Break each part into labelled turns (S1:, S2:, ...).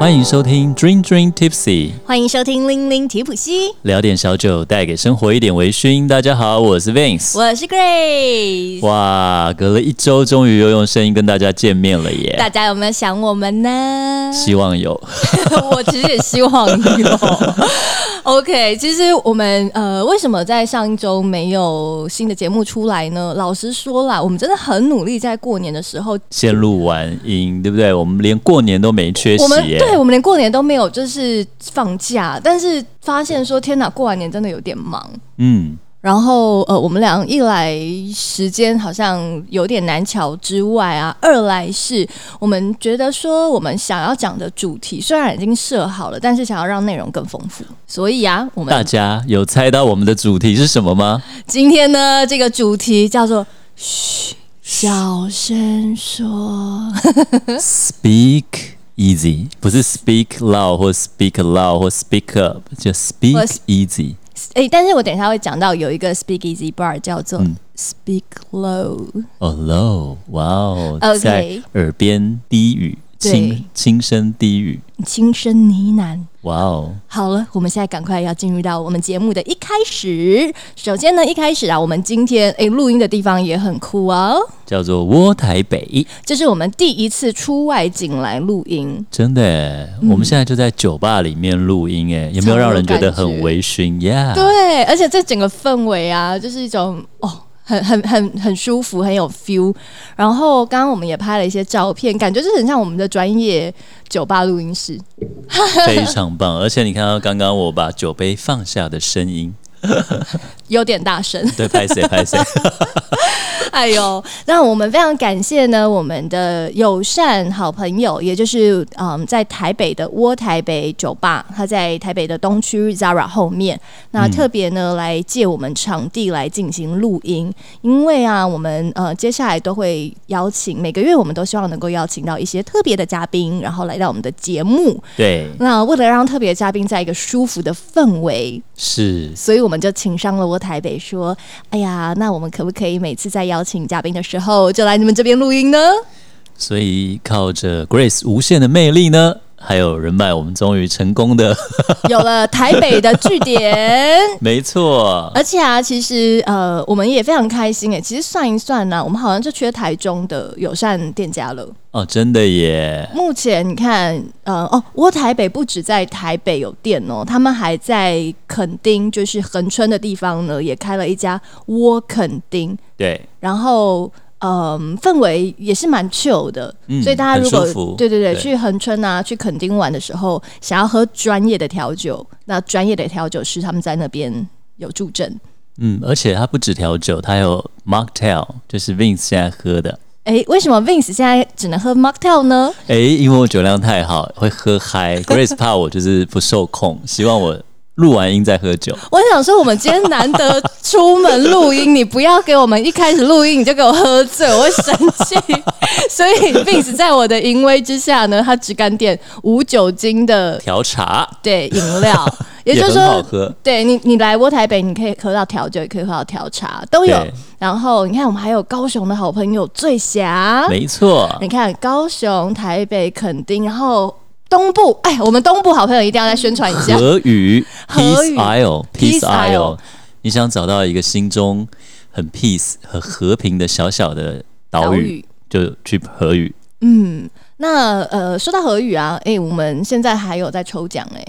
S1: 欢迎收听 Dream Dream Tipsy，
S2: 欢迎收听《零零提普西》，
S1: 聊点小酒，带给生活一点微醺。大家好，我是 Vince。
S2: 我是 Grace。
S1: 哇，隔了一周，终于又用声音跟大家见面了耶！
S2: 大家有没有想我们呢？
S1: 希望有
S2: 我其实也希望有。OK，其实我们呃，为什么在上一周没有新的节目出来呢？老实说啦，我们真的很努力，在过年的时候，
S1: 先录完音，对不对？我们连过年都没缺
S2: 我们
S1: 席耶。
S2: 对我们连过年都没有就是放假，但是发现说天哪，过完年真的有点忙。
S1: 嗯，
S2: 然后呃，我们俩一来时间好像有点难瞧之外啊，二来是我们觉得说我们想要讲的主题虽然已经设好了，但是想要让内容更丰富，所以啊，我
S1: 大
S2: 们
S1: 家有猜到我们的主题是什么吗？
S2: 今天呢这个主题叫做“嘘，小声说
S1: Speak easy，不是 speak loud 或 speak loud 或 speak up，就
S2: 或
S1: speak easy。”。
S2: 哎，但是我等一下会讲到有一个 Speak Easy Bar 叫做
S1: 嗯
S2: Speak Low，
S1: 哦 low，哇哦
S2: OK
S1: 在耳边低语，
S2: 对
S1: 轻轻声低语，
S2: 轻声呢喃。
S1: 哇哦，
S2: 好了，我们现在赶快要进入到我们节目的一开始。首先呢，一开始啊，我们今天诶录音的地方也很酷哦，
S1: 叫做窝台北，
S2: 这是我们第一次出外景来录音，
S1: 真的耶，
S2: 嗯
S1: 我们现在就在酒吧里面录音，哎，有没有
S2: 超
S1: 让
S2: 有
S1: 人觉得
S2: 感觉
S1: 很微醺？Yeah，
S2: 对，而且这整个氛围啊，就是一种哦。很很很很舒服，很有 feel。然后刚刚我们也拍了一些照片，感觉就是很像我们的专业酒吧录音室。
S1: 非常棒。而且你看到刚刚我把酒杯放下的声音，
S2: 有点大声。
S1: 对，拍 谁拍谁，
S2: 哎呦，那我们非常感谢呢，我们的友善好朋友，也就是嗯，在台北的窝台北酒吧，它在台北的东区 Zara 后面。那特别呢，来借我们场地来进行录音，因为啊，我们呃接下来都会邀请，每个月我们都希望能够邀请到一些特别的嘉宾，然后来到我们的节目。
S1: 对，
S2: 那为了让特别嘉宾在一个舒服的氛围，
S1: 是
S2: 所以我们就请上了我台北，说：“哎呀，那我们可不可以每次在邀请嘉宾的时候，就来你们这边录音呢
S1: 所以靠着 Grace 无限的魅力呢，还有人脉，我们终于成功的，？”
S2: 有了台北的据点，
S1: 没错，
S2: 而且啊，其实呃，我们也非常开心诶。其实算一算啊呢、我们好像就缺台中的友善店家了。
S1: 哦，真的耶，
S2: 目前你看，呃，哦，窝台北不止在台北有店哦，他们还在垦丁，就是恒春的地方呢，也开了一家窝垦丁。
S1: 对。
S2: 然后嗯，氛围也是蛮 chill 的，
S1: 嗯
S2: 所以大家如
S1: 很舒服
S2: 果对对对
S1: 对
S2: 去恒春啊、去垦丁玩的时候，想要喝专业的调酒，那专业的调酒师他们在那边有助阵。
S1: 嗯，而且它不止调酒，它有 mocktail，就是 Vince 现在喝的。
S2: 诶，为什么 Vince 现在只能喝 mocktail 呢？
S1: 诶，因为我酒量太好，会喝 嗨。Grace 怕我就是不受控，希望我录完音再喝酒。
S2: 我想说，我们今天难得出门录音，你不要给我们一开始录音你就给我喝醉，我会生气。 所以 Vince 在我的淫威之下呢，他只敢点无酒精的
S1: 调茶
S2: 对饮料，也
S1: 也
S2: 就是
S1: 很
S2: 说
S1: 好，喝，
S2: 对你，你来窝台北，你可以喝到调酒，也可以喝到调茶，都有
S1: 对。
S2: 然后你看，我们还有高雄的好朋友醉侠，
S1: 没错。
S2: 啊你看高雄、台北、垦丁，然后东部，哎，我们东部好朋友一定要再宣传一 下。
S1: 和语
S2: 和
S1: Peace
S2: 语
S1: Isle，Peace
S2: Peace
S1: Isle，
S2: Isle
S1: 你想找到一个心中很 peace 和和平的小小的岛屿，，就去和语。
S2: 嗯，那呃，说到和语啊，哎，我们现在还有在抽奖哎，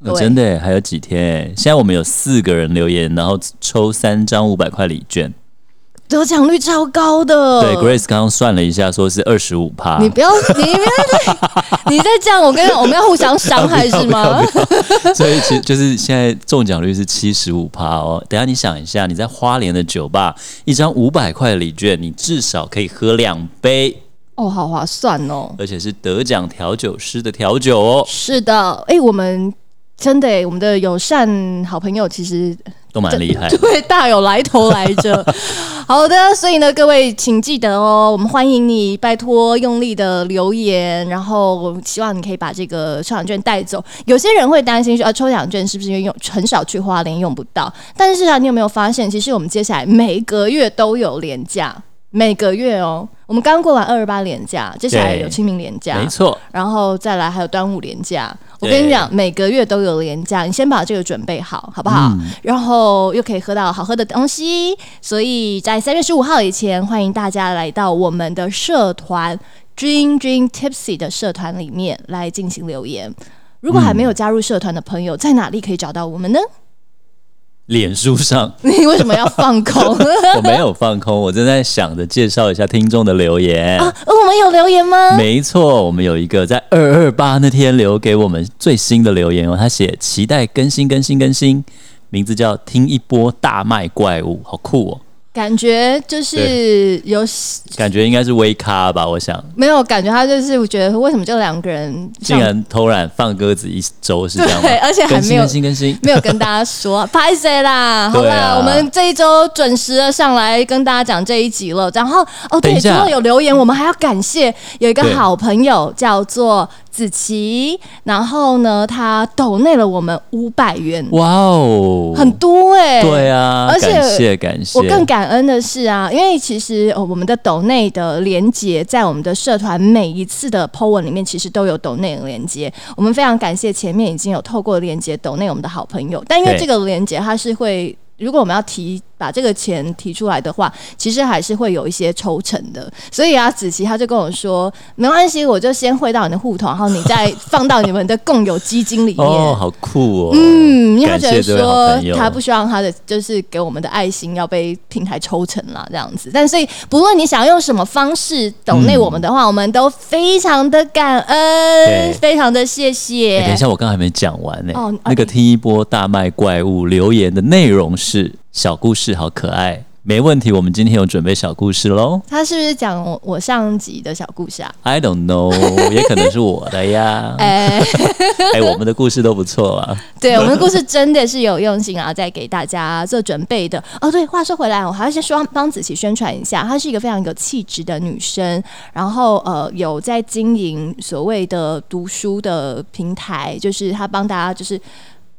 S1: 哦
S2: 对
S1: 真的耶还有几天耶？现在我们有四个人留言，然后抽三张五百块礼券。
S2: 得奖率超高的。
S1: 对，Grace 刚刚算了一下，说是二十五趴。
S2: 你不要，你不要再， 你再这样，我跟你讲，我们要互相伤害是吗？
S1: 所以其实就是现在中奖率是七十五趴哦。等一下你想一下，你在花莲的酒吧，一张五百块的礼券，你至少可以喝两杯，
S2: 哦，好划算哦。
S1: 而且是得奖调酒师的调酒哦，
S2: 是的，哎、我们真的、诶我们的友善好朋友其实
S1: 都蛮厉害。
S2: 对大有来头来着。好的，所以呢，各位请记得哦，我们欢迎你，拜托用力的留言，然后我希望你可以把这个抽奖券带走。有些人会担心说，啊，抽奖券是不是因为用很少去花莲用不到？但是啊，你有没有发现，其实我们接下来每个月都有廉价，每个月哦，我我们刚过完二二八连假，接下来
S1: 对
S2: 有清明连假，
S1: 没错，
S2: 然后再来还有端午连假。我
S1: 对
S2: 跟你讲，每个月都有连假，你先把这个准备好，好不好？
S1: 嗯
S2: 然后又可以喝到好喝的东西，所以在三月十五号以前，欢迎大家来到我们的社团 Dream Dream Tipsy 的社团里面来进行留言。如果还
S1: 嗯
S2: 没有加入社团的朋友，在哪里可以找到我们呢？
S1: 脸书上
S2: 你为什么要放 空？
S1: 我没有放空，我正在想着介绍一下听众的留言。
S2: 哦我们有留言吗？
S1: 没错，我们有一个在二二八那天留给我们最新的留言哦，他写期待更新更新更新，名字叫听一波大卖怪物，好酷哦，
S2: 感觉就是有
S1: 感觉应该是微咖吧，我想。
S2: 没有感觉，他就是我觉得为什么这两个人
S1: 竟
S2: 像
S1: 然偷懒放鸽子一周是这样吗？
S2: 对而且还
S1: 更新
S2: 没有
S1: 更新更新，
S2: 没有跟大 家说，拍谁啦？好
S1: 对
S2: 啦，
S1: 啊
S2: 我们这一周准时的上来跟大家讲这一集了。然后
S1: 等
S2: 哦，对，
S1: 一
S2: 之
S1: 下
S2: 后有留言，我们还要感谢有一个
S1: 对
S2: 好朋友叫做子琪，然后呢，他抖内了我们五百元，
S1: 哇哦，
S2: 很多哎、
S1: 对啊，
S2: 而且
S1: 感谢感谢，
S2: 我更感恩的是啊，因为其实呃我们的抖内的连接在我们的社团每一次的 po 文里面，其实都有抖内的连接。我们非常感谢前面已经有透过连接抖内我们的好朋友，但因为
S1: 对
S2: 这个连接它是会。如果我们要提把这个钱提出来的话，其实还是会有一些抽成的。所以啊，子琪他就跟我说，没关系，我就先汇到你的户头，然后你再放到你们的共有基金里 面。
S1: 哦，好酷哦，
S2: 嗯，因为他
S1: 感
S2: 觉得
S1: 谢这位好
S2: 说
S1: 朋友，
S2: 他不希望他的就是给我们的爱心要被平台抽成啦，这样子。但所以不论你想用什么方式抖内我们的话，我们都非常的感恩
S1: 对，
S2: 非常的谢谢。
S1: 欸等一下，我刚才还没讲完呢、
S2: 哎哦啊
S1: 那个听一波大卖怪物留言的内容是小故事，好可爱。没问题，我们今天有准备小故事喽。
S2: 他是不是讲我我上集的小故事啊？
S1: I don't know，也 可能是我的呀。哎、
S2: 哎、
S1: 我们的故事都不错啊。
S2: 对我们的故事真的是有用心啊，再给大家做准备的。哦，对，话说回来，我还要先说帮子琪宣传一下，她是一个非常有气质的女生，然后呃有在经营所谓的读书的平台，就是她帮大家就是。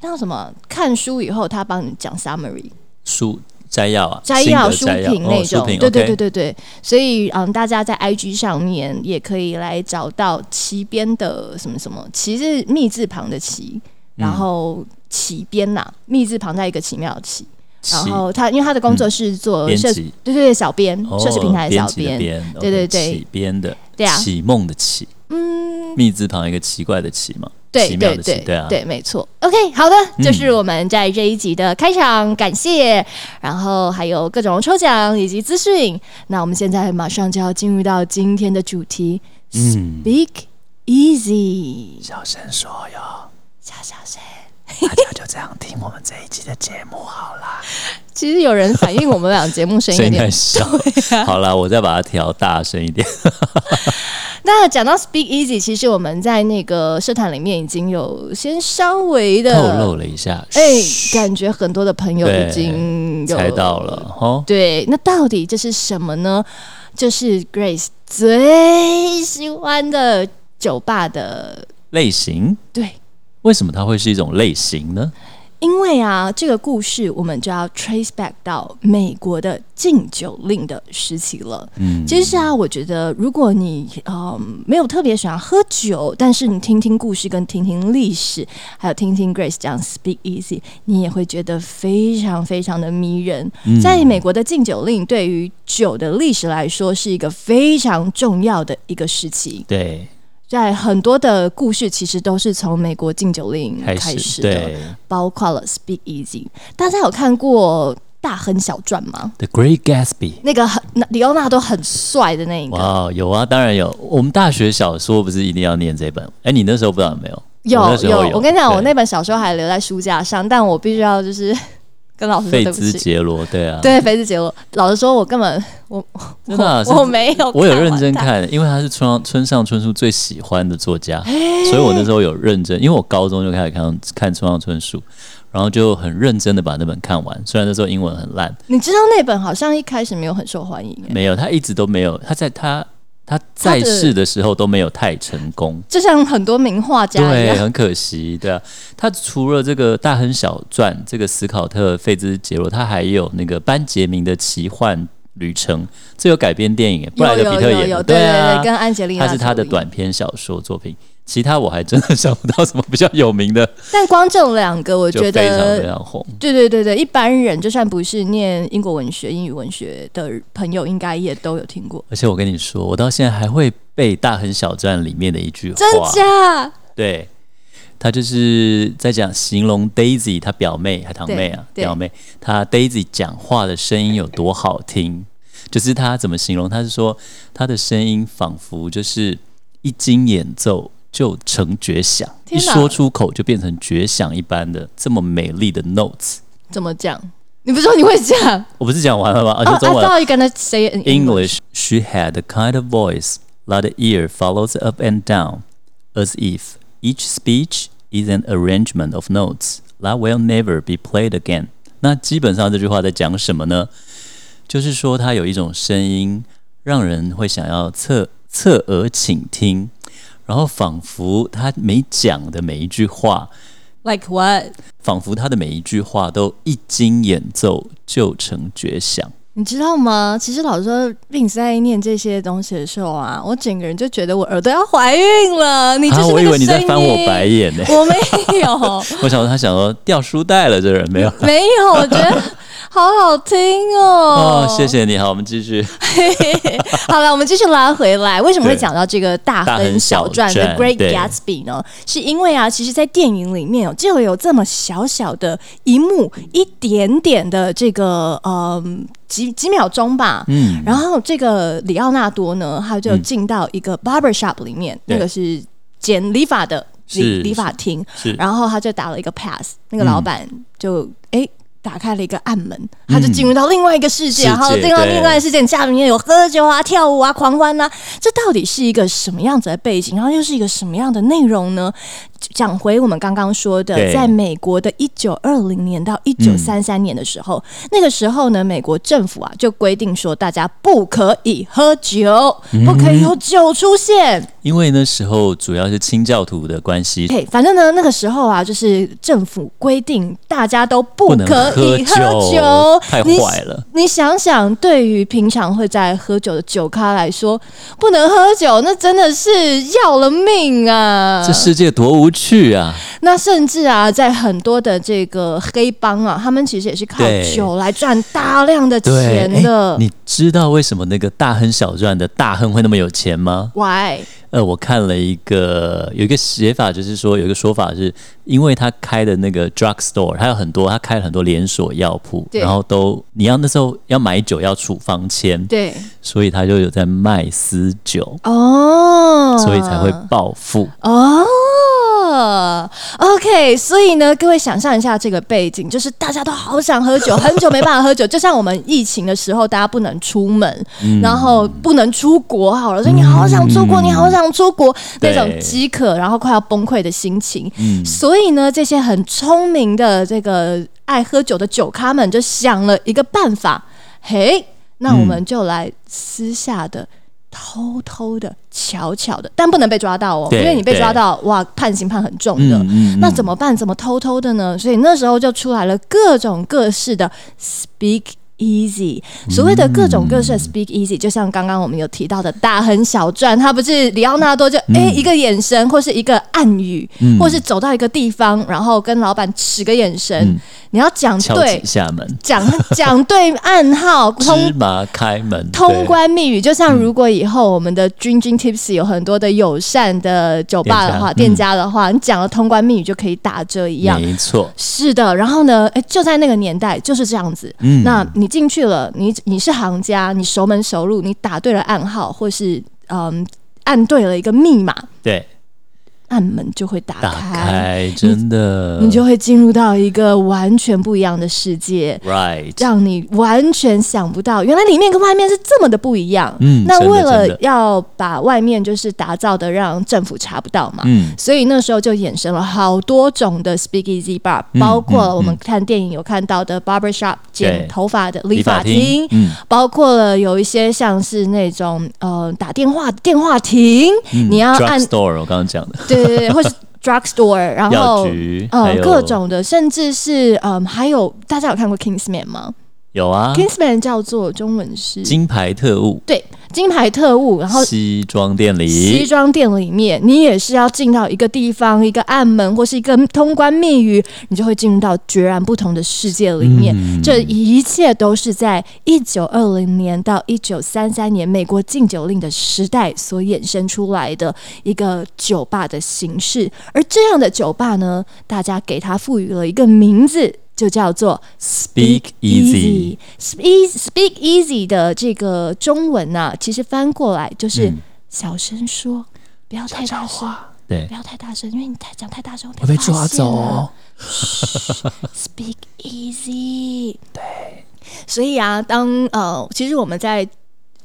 S2: 那叫什么？看书以后，她帮你讲 summary，
S1: 书摘要啊，
S2: 摘要、书
S1: 心得摘要
S2: 评那
S1: 哦、
S2: 种，
S1: 书评
S2: 对对对
S1: OK
S2: 对对。所以，嗯，大家在 IG 上面也可以来找到旗边的什么什么，旗是密字旁的旗，
S1: 嗯
S2: 然后旗边呐，密字旁在一个奇妙的奇。然
S1: 起
S2: 后他，因为他的工作是做
S1: 嗯编
S2: 社，
S1: 辑哦
S2: 对对对，小编，社群平台的
S1: 编
S2: 小
S1: 辑的
S2: 编，
S1: 编，
S2: 对对对
S1: 起编的，
S2: 对啊
S1: 启梦的启，嗯，密字旁一个奇怪的奇嘛，
S2: 对
S1: 奇妙
S2: 对
S1: 的奇，
S2: 对
S1: 对啊，
S2: 对，没错。OK，好的，就是我们在这一集的开场，感谢，然后还有各种抽奖以及资讯。那我们现在马上就要进入到今天的主题
S1: 嗯，
S2: ，Speak Easy，
S1: 小声说哟，
S2: 小小声。
S1: 大家就这样听我们这一集的节目好啦。
S2: 其实有人反映我们俩节目声音
S1: 声
S2: 有
S1: 音太
S2: 点
S1: 小。
S2: 啊
S1: 好啦，我再把它调大声一点。
S2: 那讲到 Speak Easy，其实我们在那个社团里面已经有先稍微的
S1: 透露了一下，
S2: 哎、
S1: 嘘
S2: 感觉很多的朋友
S1: 对
S2: 已经有
S1: 猜到了哦。
S2: 对，那到底这是什么呢？就是 Grace 最喜欢的酒吧的，
S1: 类型
S2: 对，
S1: 为什么它会是一种类型呢？
S2: 因为啊，这个故事我们就要 trace back 到美国的禁酒令的时期了。
S1: 嗯，
S2: 其实啊，我觉得如果你嗯没有特别喜欢喝酒，但是你听听故事、跟听听历史，还有听听 Grace 讲 Speak Easy，你也会觉得非常非常的迷人。
S1: 嗯
S2: 在美国的禁酒令对于酒的历史来说是一个非常重要的一个时期，
S1: 对
S2: 在很多的故事其实都是从美国禁酒令
S1: 开
S2: 开始的，
S1: 对
S2: 包括了 Speak Easy。大家有看过《大亨小传》吗？
S1: The Great Gatsby。
S2: 那个很那里奥纳多很帅的那一个，
S1: 哇，有啊，当然有。我们大学小说不是一定要念这本？哎，你那时候不知道有没有？
S2: 有
S1: 我那时候
S2: 我跟你讲，我
S1: 对
S2: 那本小说还留在书架上，但我必须要就是跟老师说
S1: 费
S2: 嗯对不
S1: 兹
S2: 起。
S1: 杰罗，对啊，
S2: 对，肥子姐，我老实说，我根本我
S1: 真的啊
S2: 我我
S1: 是
S2: 没有，
S1: 我有认真。看，因为他是村上村上春树最喜欢的作家，
S2: 哎
S1: 所以我那时候有认真，因为我高中就开始看看村上春树，然后就很认真的把那本看完。虽然那时候英文很烂，
S2: 你知道那本好像一开始没有很受欢迎，哎
S1: 没有他一直都没有，他在他他在世的时候都没有太成功，
S2: 就像很多名画家一
S1: 对，
S2: 样。
S1: 很可惜，对啊。他除了这个《大亨小传》这个斯考特·费兹杰罗，他还有那个班杰明的奇幻旅程，这有改编电影耶，布莱德
S2: 有
S1: 比
S2: 有
S1: 特
S2: 有
S1: 演
S2: 有
S1: 的，
S2: 对
S1: 啊，
S2: 对，跟安吉丽娜
S1: 他是他的
S2: 茱莉
S1: 短篇小说作品，其他我还真的想不到什么比较有名的，
S2: 但光这两个，我
S1: 就
S2: 觉
S1: 非常非
S2: 得。
S1: 常红。
S2: 对对对对，一般人就算不是念英国文学、英语文学的朋友，应该也都有听过。
S1: 而且我跟你说，我到现在还会背《大亨小传》里面的一句话，
S2: 真假？
S1: 对，他就是在讲形容 Daisy 她表妹，她堂妹啊，
S2: 对对
S1: 表妹，她 Daisy 讲话的声音有多好听，就是她怎么形容？她是说她的声音仿佛就是一经演奏就成绝响，一
S2: 天哪
S1: 说出口就变成绝响一般的这么美丽的 notes。
S2: 怎么讲？你不是说你会讲？
S1: 我不是讲完了吗？而、
S2: 哦
S1: 且中文、
S2: I thought you gonna say it in English.
S1: English, she had the kind of voice that the ear follows up and down, as if each speech is an arrangement of notes that will never be played again. 那基本上这句话在讲什么呢？就是说它有一种声音，让人会想要侧侧耳倾听，然后仿佛他每讲的每一句话，
S2: Like what？
S1: 仿佛他的每一句话都一经演奏就成绝响。
S2: 你知道吗？其实老实说，Vince 在念这些东西的时候啊，我整个人就觉得我耳朵要怀孕了。你就是
S1: 啊，
S2: 那个
S1: 我以为你在
S2: 声
S1: 翻我
S2: 音
S1: 白眼呢、
S2: 我没有，
S1: 我想说他想说掉书袋了，这人没有。
S2: 没有，我觉得好好听 哦。
S1: 哦，谢。谢你好，我们继 续。
S2: 好了，我们继续拉回来。为什么会
S1: 对
S2: 讲到这个大
S1: 大
S2: 亨
S1: 亨
S2: 小
S1: 小
S2: 传《The
S1: 传
S2: Great
S1: 对
S2: Gatsby》呢？是因为啊，其实，在电影里面哦，就有这么小小的一幕，一点点的这个嗯几几秒钟吧。
S1: 嗯，
S2: 然后这个里奥纳多呢，他就进到一个 barber shop 里面，
S1: 对
S2: 那个是剪理发的理
S1: 是
S2: 理发厅。
S1: 是嗯
S2: 然后他就打了一个 pass，那个老板就哎、诶打开了一个暗门，他就进入到另外一个世界，
S1: 嗯世界
S2: 然后进到
S1: 对
S2: 另外一个世界，下面有喝酒啊、跳舞啊、狂欢啊，这到底是一个什么样子的背景？然后又是一个什么样的内容呢？讲回我们刚刚说的，
S1: 对嗯
S2: 在美国的一九二零年到一九三三年的时候，那个时候呢，美国政府啊就规定说，大家不可以喝酒，
S1: 嗯
S2: 不可以有酒出现。
S1: 因为那时候主要是清教徒的关系，
S2: 嘿，反正呢，那个时候啊，就是政府规定大家都不
S1: 不能
S2: 可
S1: 喝
S2: 以喝
S1: 酒，太
S2: 你
S1: 坏了。
S2: 你想想，对于平常会在喝酒的酒咖来说，不能喝酒，那真的是要了命啊！
S1: 这世界多无趣啊！
S2: 那甚至啊，在很多的这个黑帮啊，他们其实也是靠
S1: 对
S2: 酒来赚大量的
S1: 对，
S2: 钱的
S1: 诶。你知道为什么那个大亨小传的大亨会那么有钱吗？
S2: Why？
S1: 呃，我看了一个有一个写法，就是说有一个说法是，因为他开的那个 drugstore，他有很多，他开了很多连锁药铺，
S2: 对
S1: 然后都你要那时候要买酒要处方签，
S2: 对，
S1: 所以他就有在卖私酒，
S2: 哦，
S1: 所以才会暴富。
S2: 哦，OK，所以呢，各位想象一下这个背景，就是大家都好想喝酒，很久没办法喝酒，就像我们疫情的时候，大家不能出门，然后不能出国，好了，所以你好想出国，你好想出国那
S1: 对
S2: 种饥渴，然后快要崩溃的心情。
S1: 嗯
S2: 所以呢，这些很聪明的这个爱喝酒的酒咖们就想了一个办法，嘿，那我
S1: 嗯
S2: 们就来私下的。偷偷的、悄悄的，但不能被抓到哦，因
S1: 对
S2: 为你被抓到，哇，判刑判很重的。
S1: 嗯
S2: 那怎么办？怎么偷偷的呢？所以那时候就出来了各种各式的 speak easy。所谓的各种各
S1: 嗯
S2: 式的 speak easy，、就像刚刚我们有提到的大亨小传，他不是里奥纳多就诶一个眼神，或是一个暗语，
S1: 嗯
S2: 或是走到一个地方，然后跟老板使个眼神，
S1: 嗯
S2: 你要讲
S1: 敲
S2: 对
S1: 几。下门，
S2: 讲讲对暗 号，通
S1: 芝麻开门，
S2: 通关密语，就
S1: 嗯
S2: 像如果以后我们的君君 Tips 有很多的友善的酒吧的话，店
S1: 店嗯
S2: 家的话，你讲了通关密语就可以打折一
S1: 对
S2: 样。
S1: 没错，
S2: 是的，然后呢？哎，就在那个年代就是这样子。
S1: 嗯
S2: 那你进去了，你你是行家，你熟门熟路，你打对了暗号，或是嗯按对了一个密码，
S1: 对，
S2: 暗门就会打开，
S1: 打开，嗯真的，
S2: 你就会进入到一个完全不一样的世界。
S1: right，
S2: 让你完全想不到，原来里面跟外面是这么的不一样。
S1: 嗯
S2: 那
S1: 真的
S2: 为了
S1: 真的
S2: 要把外面就是打造的让政府查不到嘛。
S1: 嗯，
S2: 所以那时候就衍生了好多种的 speakeasy bar，、
S1: 嗯
S2: 包括
S1: 嗯
S2: 我们看电影有看到的 barber shop 剪
S1: 对
S2: 头发的理
S1: 理
S2: 发
S1: 发厅，，
S2: 厅
S1: 嗯，
S2: 包括了有一些像是那种呃打电话电话亭，
S1: 嗯
S2: 你要
S1: drug
S2: 按
S1: store，我刚刚讲的
S2: 对对对， 或是 drugstore，然后
S1: 药局，还
S2: 嗯
S1: 有
S2: 各种的，甚至是嗯还有大家有看过 Kingsman 吗？
S1: 有啊，
S2: Kingsman 叫做中文是
S1: 金牌特务，
S2: 对金牌特务，然后
S1: 西装店
S2: 西
S1: 里，
S2: 装店里面，你也是要进到一个地方、一个暗门或是一个通关密语，你就会进入到决然不同的世界里面。
S1: 嗯
S2: 这一切都是在一九二零年到一九三三年美国禁酒令的时代所衍生出来的一个酒吧的形式。而这样的酒吧呢，大家给它赋予了一个名字。就叫做
S1: Speak Easy
S2: Speak Speak Easy 的这个中文呐、其实翻过来就是
S1: 嗯
S2: 小声说，不要太大声，
S1: 对
S2: 不，要太大声，因为你太讲太大声
S3: 我被抓走哦。
S2: 啊 Speak easy。对，所以啊，当呃，其实我们在。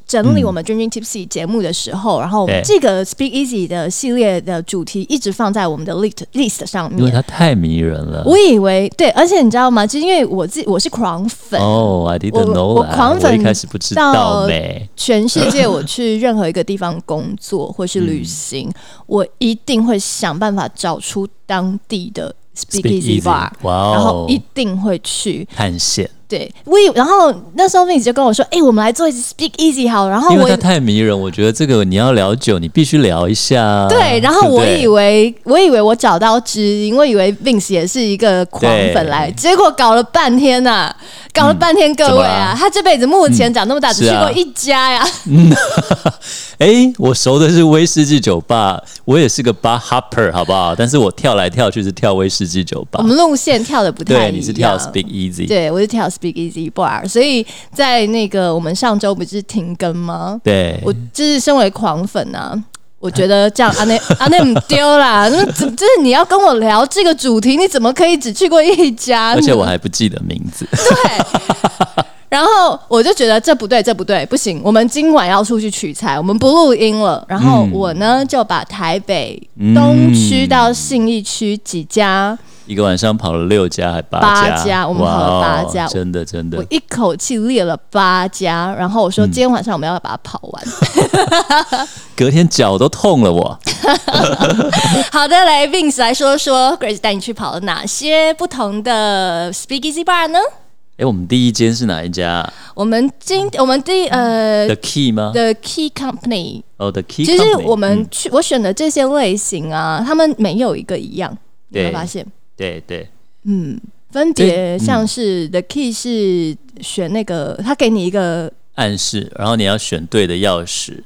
S2: 整理
S1: 嗯
S2: 我们《君君 Tipsy》节目的时候，然后
S1: 对
S2: 这个 Speak Easy 的系列的主题一直放在我们的 list list 上
S1: 因为
S2: 面。
S1: 它太迷人了。
S2: 我以为对，而且你知道吗？其实因为我自己我是狂粉，
S1: 哦、i didn't
S2: 我
S1: know
S2: 我
S1: that
S2: 狂粉
S1: 我一开始不知道
S2: 到
S1: 呗。
S2: 全世界我去任何一个地方工作或
S1: 嗯
S2: 是旅行，我一定会想办法找出当地的 Speak Easy bar，
S1: 哇
S2: 然后
S1: 哦，
S2: 一定会去。
S1: 探险，
S2: 对，我以然后那时候 Vince 就跟我说：“哎、我们来做一次 Speak Easy 好。”然后
S1: 因
S2: 我
S1: 为它太迷人，我觉得这个你要聊久，你必须聊一下。
S2: 对，然后
S1: 不
S2: 我
S1: 对
S2: 以为我以为我找到知音，我以为 Vince 也是一个狂
S1: 对
S2: 粉来，结果搞了半天呐、搞了半天，
S1: 嗯怎
S2: 各
S1: 么
S2: 位啊
S1: 啦，
S2: 他这辈子目前长那么大、只
S1: 是
S2: 去
S1: 啊
S2: 过一家呀、
S1: 哎，我熟的是威士忌酒吧，我也是个 bar hopper，好不好？但是我跳来跳去是跳威士忌酒吧
S2: 我。们路线跳的不嗯太一
S1: 对，
S2: 样。
S1: 你是跳 Speak Easy。
S2: 对，我是跳 Speak Easy Bar，所以在那个我们上周不是停更吗？
S1: 对，
S2: 我就是身为狂粉啊，我觉得这样啊 阿内阿内姆丢啦，那怎就是你要跟我聊这个主题，你怎么可以只去过一家呢？
S1: 而且我还不记得名字。
S2: 对。然后我就觉得这不对，这不对，不行！我们今晚要出去取材，我们不录音了。然后
S1: 嗯
S2: 我呢就把台北东区到信义区几家
S1: 一个晚上跑了六家还八
S2: 八
S1: 家，
S2: 家我们跑
S1: 哇
S2: 了
S1: 哦
S2: 八家
S1: 真的真
S2: 我
S1: 的。
S2: 一口气列了八家，然后我说今天晚上我们要把它跑 完。
S1: 隔天脚都痛了我，
S2: 好的，来 Vince 来说说 Grace 带你去跑了哪些不同的 Speakeasy Bar 呢？
S1: 哎，我们第一间是哪一家啊
S2: 我们今我们第呃
S1: ？The Key 吗？
S2: The Key Company，
S1: 哦，The 嗯 Key Company。嗯
S2: 其实我们去、我选的这些类型啊，他们没有一个一样，你有没有
S1: 对
S2: 发现？
S1: 对对，
S2: 嗯，分别像
S1: 嗯
S2: 是 The Key 是选那个，他给你一个
S1: 暗示，然后你要选对的钥匙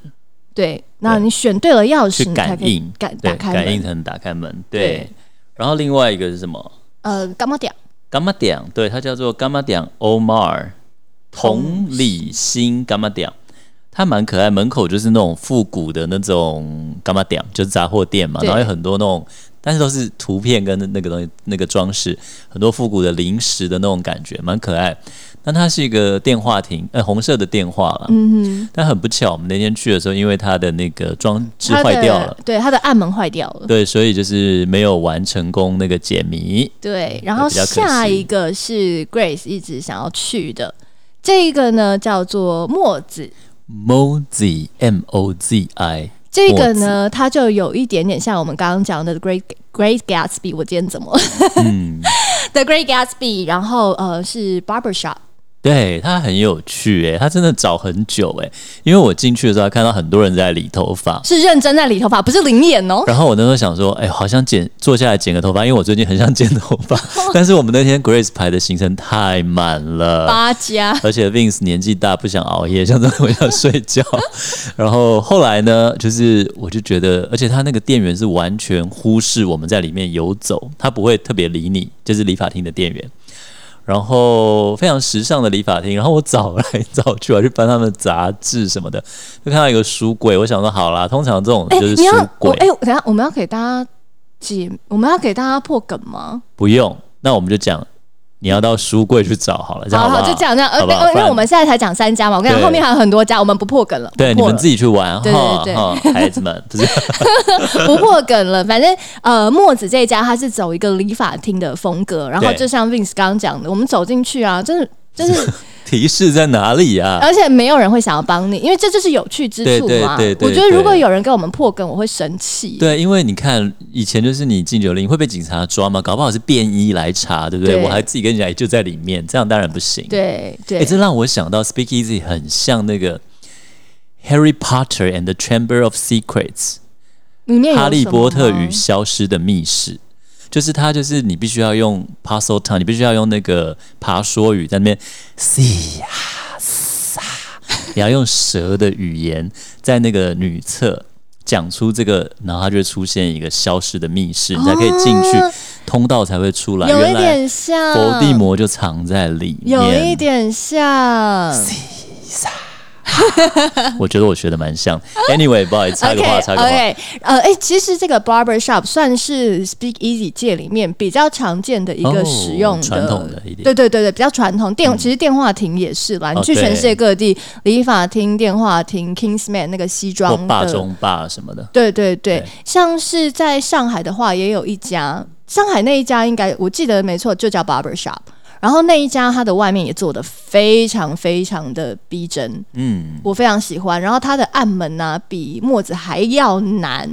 S2: 对，那你选对了钥匙，
S1: 去
S2: 你才
S1: 感
S2: 可以
S1: 应，
S2: 感打
S1: 对，
S2: 开
S1: 感应
S2: 门。
S1: 才能打开门。
S2: 对
S1: 对，然后另外一个是什么？
S2: 呃，干嘛点？
S1: gamma 点，对，它叫做 gamma 点 Omar 同理心 gamma 点，它蛮可爱。门口就是那种复古的那种 gamma 点，就是杂货店嘛，
S2: 对
S1: 然后有很多那种，但是都是图片跟那个东西那个装饰，很多复古的零食的那种感觉，蛮可爱。那它是一个电话亭，呃，红色的电话啦。
S2: 嗯哼，
S1: 但很不巧，我们那天去的时候，因为它的那个装置
S2: 它的
S1: 坏掉了，
S2: 对，它的暗门坏掉 了。
S1: 对，所以就是没有完成功那个解谜。
S2: 对，然
S1: 嗯
S2: 后
S1: 比较可
S2: 下
S1: 惜
S2: 一个是 Grace 一直想要去的，这一个呢叫做墨子，
S1: Mozi M O Z I，
S2: 这个呢它就有一点点像我们刚刚讲的 Great Great Gatsby，我今天怎么了
S1: 嗯，
S2: The Great Gatsby，然后呃是 Barber Shop，
S1: 对，它很有趣欸诶，它真的找很久诶，因为我进去的时候看到很多人在理头发。
S2: 是认真在理头发，不是灵眼哦。
S1: 然后我那时候想说，哎，好想剪，坐下来剪个头发，因为我最近很想剪头 发。但是我们那天 Grace 排的行程太满了，
S2: 八家，
S1: 而且 Vince 年纪大，不想熬夜，想在我想睡 觉。然后后来呢，就是我就觉得，而且他那个店员是完全忽视我们在里面游走，他不会特别理你，就是理发厅的店员。然后非常时尚的理发厅，然后我找来找去，我还去翻他们的杂志什么的，就看到一个书柜，我想说好啦，通常这种
S2: 哎、
S1: 就是
S2: 你要
S1: 书
S2: 我
S1: 柜，
S2: 哎、等一下我们要给大家解，我们要给大家破梗吗？
S1: 不用，那我们就讲你要到书柜去找好了，这样
S2: 好
S1: 好不好？
S2: 好，就这样这样，呃，
S1: 好不好
S2: 呃因
S1: 不
S2: 为
S1: 然
S2: 我们现在才讲三家嘛，我跟你讲
S1: 对
S2: 后面还有很多家，我们不破梗了，
S1: 对，
S2: 不
S1: 你
S2: 破
S1: 们
S2: 了
S1: 自己去玩
S2: 对
S1: 哈
S2: 对对
S1: 哈，孩子们不是。
S2: 不破梗了，反正呃，墨子这一家他是走一个理发厅的风格，然后
S1: 对
S2: 就像 Vince 刚刚讲的，我们走进去啊，真的就是
S1: 提示在哪里呀、
S2: 而且没有人会想要帮你，因为这就是有趣之处嘛。
S1: 对对对对
S2: 我觉得如果
S1: 对
S2: 有人跟我们破梗，我会生气。
S1: 对，因为你看以前就是你禁酒令会被警察抓嘛，搞不好是便衣来查，对不对？
S2: 对
S1: 我还自己跟你讲就在里面，这样当然不行。，
S2: 对对，
S1: 哎，这让我想到 Speakeasy 很像那个 Harry Potter and the Chamber of Secrets。
S2: 里面有
S1: 哈利
S2: 什么
S1: 波特
S2: 吗
S1: 与消失的密室，就是它就是你必须要用 puzzle time，你必须要用那个爬说语在那边 嘶呀嘶啊，你要用蛇的语言在那个女厕。讲出这个，然后它就会出现一个消失的密室，你才可以进去，
S2: 哦
S1: 通道才会出来。
S2: 有
S1: 原
S2: 一
S1: 来
S2: 点像
S1: 伏地，魔就藏在里面。
S2: 有一，点像。
S1: 我觉得我学的蛮像。Anyway，不好意思，插个话，插个话。
S2: OK，呃，哎、其实这个 barber shop 算是 Speak Easy 界里面比较常见的一个
S1: 哦
S2: 使用的，
S1: 传统的一点嗯哦
S2: 对对对对，比较传统。电、其实电话亭也是啦，你去全世界各地，理发厅、电话亭、Kingsman 那个西
S1: 或
S2: 装
S1: 霸
S2: 的，
S1: 中霸什么的，
S2: 对对对，
S1: 对
S2: 像是在上海的话，也有一家，上海那一家应该我记得没错，就叫 barber shop。然后那一家它的外面也做的非常非常的逼真，
S1: 嗯，
S2: 我非常喜欢。然后它的暗门呢、比墨子还要难，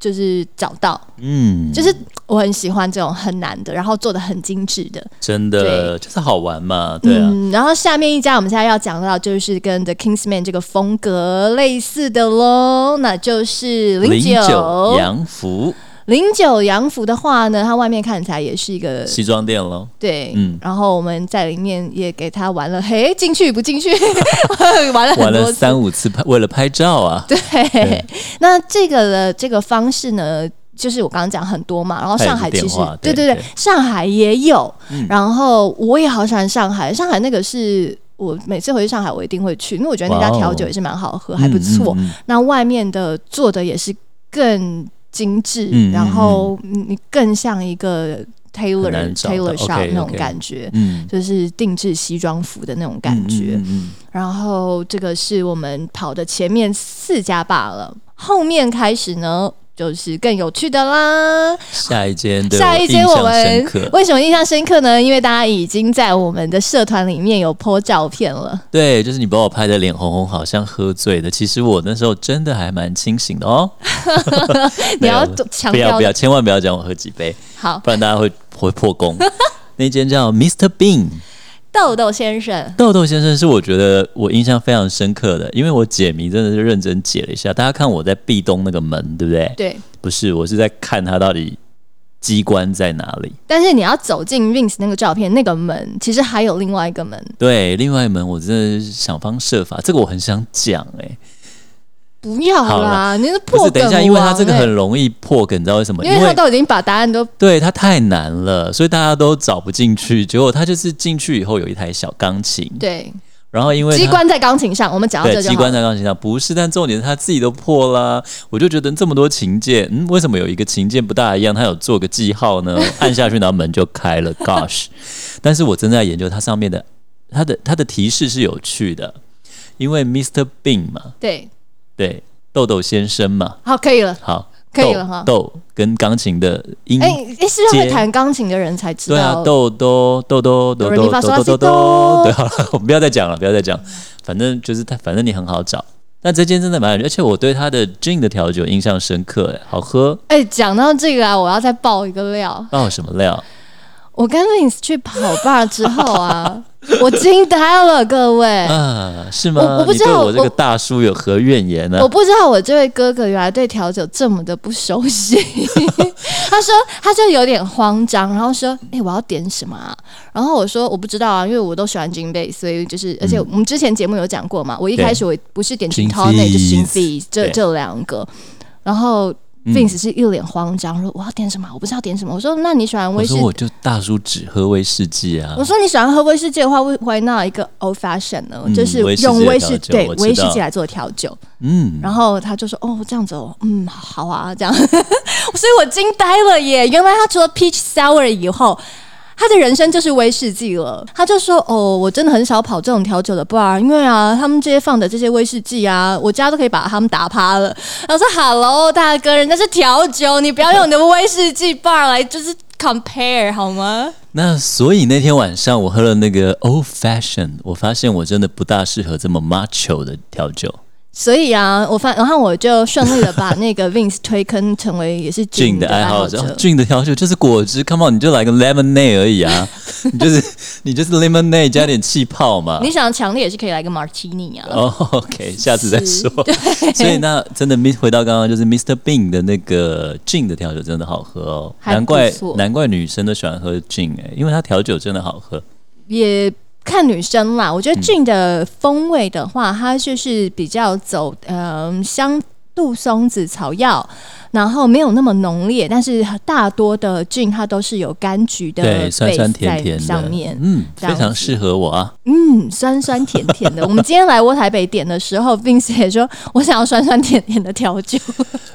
S2: 就是找到，
S1: 嗯，
S2: 就是我很喜欢这种很难的，然后做的很精致的。
S1: 真的就是好玩嘛，对啊，
S2: 嗯，然后下面一家我们现在要讲到就是跟 The Kingsman 这个风格类似的喽，那就是零
S1: 九
S2: 九
S1: 洋服
S2: 零九洋服的话呢，它外面看起来也是一个
S1: 西装店喽，
S2: 对，
S1: 嗯
S2: 然后我们在里面也给它玩了，嘿，进去不进去， 玩了
S1: 玩
S2: 很多
S1: 了
S2: 次。
S1: 三五次拍，为了拍照啊，对，
S2: 对，那这个的这个方式呢，就是我刚刚讲很多嘛，然后上海其
S1: 它也
S2: 实
S1: 是电话
S2: 对
S1: 对
S2: 对，
S1: 对
S2: 上海也有，
S1: 嗯
S2: 然后我也好喜欢上海，上海那个是。我每次回去上海，我一定会去，因为我觉得那家
S1: 哇哦
S2: 调酒也是蛮好喝，还不错。
S1: 嗯，嗯
S2: 那外面的做的也是更精致，
S1: 嗯嗯
S2: 然后你你更像一个 tailor
S1: 很难找到
S2: tailor shop
S1: OK，OK
S2: 那种感觉，
S1: 嗯，
S2: 就是定制西装服的那种感觉。
S1: 嗯，嗯
S2: 然后这个是我们跑的前面四家罢了，后面开始呢就是更有趣的啦。
S1: 嗯下一间，对
S2: 下一间
S1: 印
S2: 我
S1: 象深
S2: 们
S1: 刻
S2: 为什么印象深刻呢？因为大家已经在我们的社团里面有 po 照片了。
S1: 对，就是你把我拍的脸红红，好像喝醉的，其实我那时候真的还蛮清醒的哦，
S2: 你要
S1: 没有
S2: 强
S1: 不要
S2: 调
S1: 不要，千万不要讲我喝几杯，
S2: 好，
S1: 不然大家会会破功。 那间叫 Mr. Bean。
S2: 豆豆先生，
S1: 豆豆先生是我觉得我印象非常深刻的，因为我解谜真的是认真解了一下。大家看我在壁咚那个门，对不对？
S2: 对。
S1: 不是，我是在看它到底机关在哪里。
S2: 但是你要走进 Vince 那个照片那个门，其实还有另外一个门，
S1: 对，另外一门我真的是想方设法，这个我很想讲哎、
S2: 不要
S1: 好
S2: 啦，你是
S1: 不
S2: 破
S1: 是，
S2: 梗
S1: 等一下，因为
S2: 王
S1: 它这个
S2: 欸
S1: 很容易破梗，你知道为什么？
S2: 因为他都已经把答案都
S1: 对它太难了，所以大家都找不进去。结果它就是进去以后有一台小钢琴，
S2: 对
S1: 然后因为它
S2: 机关在钢琴上，我们讲到
S1: 对，
S2: 这就
S1: 机
S2: 好
S1: 关
S2: 了。
S1: 在钢琴上不是，但重点是他自己都破啦。我就觉得这么多琴键，嗯，为什么有一个琴键不大一样？他有做个记号 呢，按下去，然后门就开了。Gosh！但是我正在研究它上面的，它的它的提示是有趣的，因为 Mr. Bean 嘛，
S2: 对，
S1: 对，豆豆先生嘛，
S2: 好，可以了。
S1: 好，
S2: 可以
S1: 豆
S2: 了哈
S1: 豆跟钢琴的音。
S2: 哎、哎，是不是会
S1: 接
S2: 弹钢琴的人才知
S1: 对啊
S2: 道？，
S1: 豆豆豆豆豆
S2: 哆来咪
S1: 豆
S2: 发
S1: 豆
S2: 嗦啦
S1: 豆
S2: 西
S1: 豆
S2: 哆
S1: 豆，对，好了， 我们不要再讲了，不要再讲，反正就是它，反正你很好找。但这间真的蛮有趣，而且我对它的 gin 的调酒印象深刻，哎好喝，
S2: 哎、讲到这个啊，我要再爆一个料。
S1: 爆什么料？
S2: 我跟 Vince 去跑 bar 之后 啊，我惊呆了，各位。
S1: 啊，是吗？
S2: 哎我我不知道
S1: 你对我这
S2: 我
S1: 个大叔有何怨言啊呢、
S2: 我不知道我这位哥哥原来对调酒这么的不熟悉， 他说他就有点慌张，然后说：“哎、我要点什么啊？”然后我说：“我不知道啊，因为我都喜欢金杯，所以就是，而且我们之前节目有讲过嘛，我一
S1: 嗯对
S2: 开始我不是点 gin
S1: Gin
S2: tonic 就是 gin
S1: fizz
S2: fizz 这
S1: 对
S2: 这两个，然后
S1: 嗯
S2: Vince 是一脸慌张，说我要点什么啊？我不知道点什么。我说：那你喜欢
S1: 我
S2: 威士
S1: 说我就大叔只喝威士忌啊
S2: 我，说你喜欢喝威士忌的话，why why not 一个 old fashion 呢？
S1: 嗯
S2: 就是
S1: 威士忌
S2: 用
S1: 的
S2: 威
S1: 调
S2: 士
S1: 酒
S2: 对
S1: 我知
S2: 威士
S1: 道
S2: 忌来做调酒。
S1: 嗯，
S2: 然后他就说：“哦，这样子哦，嗯，好啊，这样。” 所以我惊呆了耶！原来他除了 peach sour 以后，他的人生就是威士忌了。他就说：“哦，我真的很少跑这种调酒的 bar，因为啊，他们这些放的这些威士忌啊，我家都可以把他们打趴了。”然后说：“Hello，大哥，人家是调酒，你不要用你的威士忌 bar 来就是 compare 好吗？”
S1: 那所以那天晚上我喝了那个 Old Fashion，我发现我真的不大适合这么 macho 的调酒。
S2: 所以啊，我发，然后我就顺利的把那个 Vince 推坑成为也是
S1: 俊
S2: 的
S1: 的爱
S2: 好
S1: 好者，俊的调酒就是果汁，Come on，你就来个 lemonade 而已 啊，你就是你就是 lemonade 加点气泡嘛。
S2: 你想强烈也是可以来个 Martini 啊。
S1: 哦、o k 下次再 说。所以那真的，Miss 回到刚刚就是 Mr. Bean 的那个 gin 的调酒真的好喝哦，
S2: 还不
S1: 难怪
S2: 错
S1: 难怪女生都喜欢喝 gin 哎、因为它调酒真的好喝。
S2: 也看女生啦。我觉
S1: 嗯
S2: 得俊的风味的话，它就是比较走嗯、香杜松子草药，然后没有那么浓烈，但是大多的俊它都是有柑橘的
S1: 对，酸酸甜
S2: base
S1: 甜
S2: 在
S1: 的，
S2: 上面，
S1: 嗯，
S2: 这
S1: 非
S2: 样
S1: 常
S2: 子
S1: 适合我啊。
S2: 嗯，酸酸甜甜 的。我们今天来窝台北点的时候，Vince 也说我想要酸酸甜甜的调酒，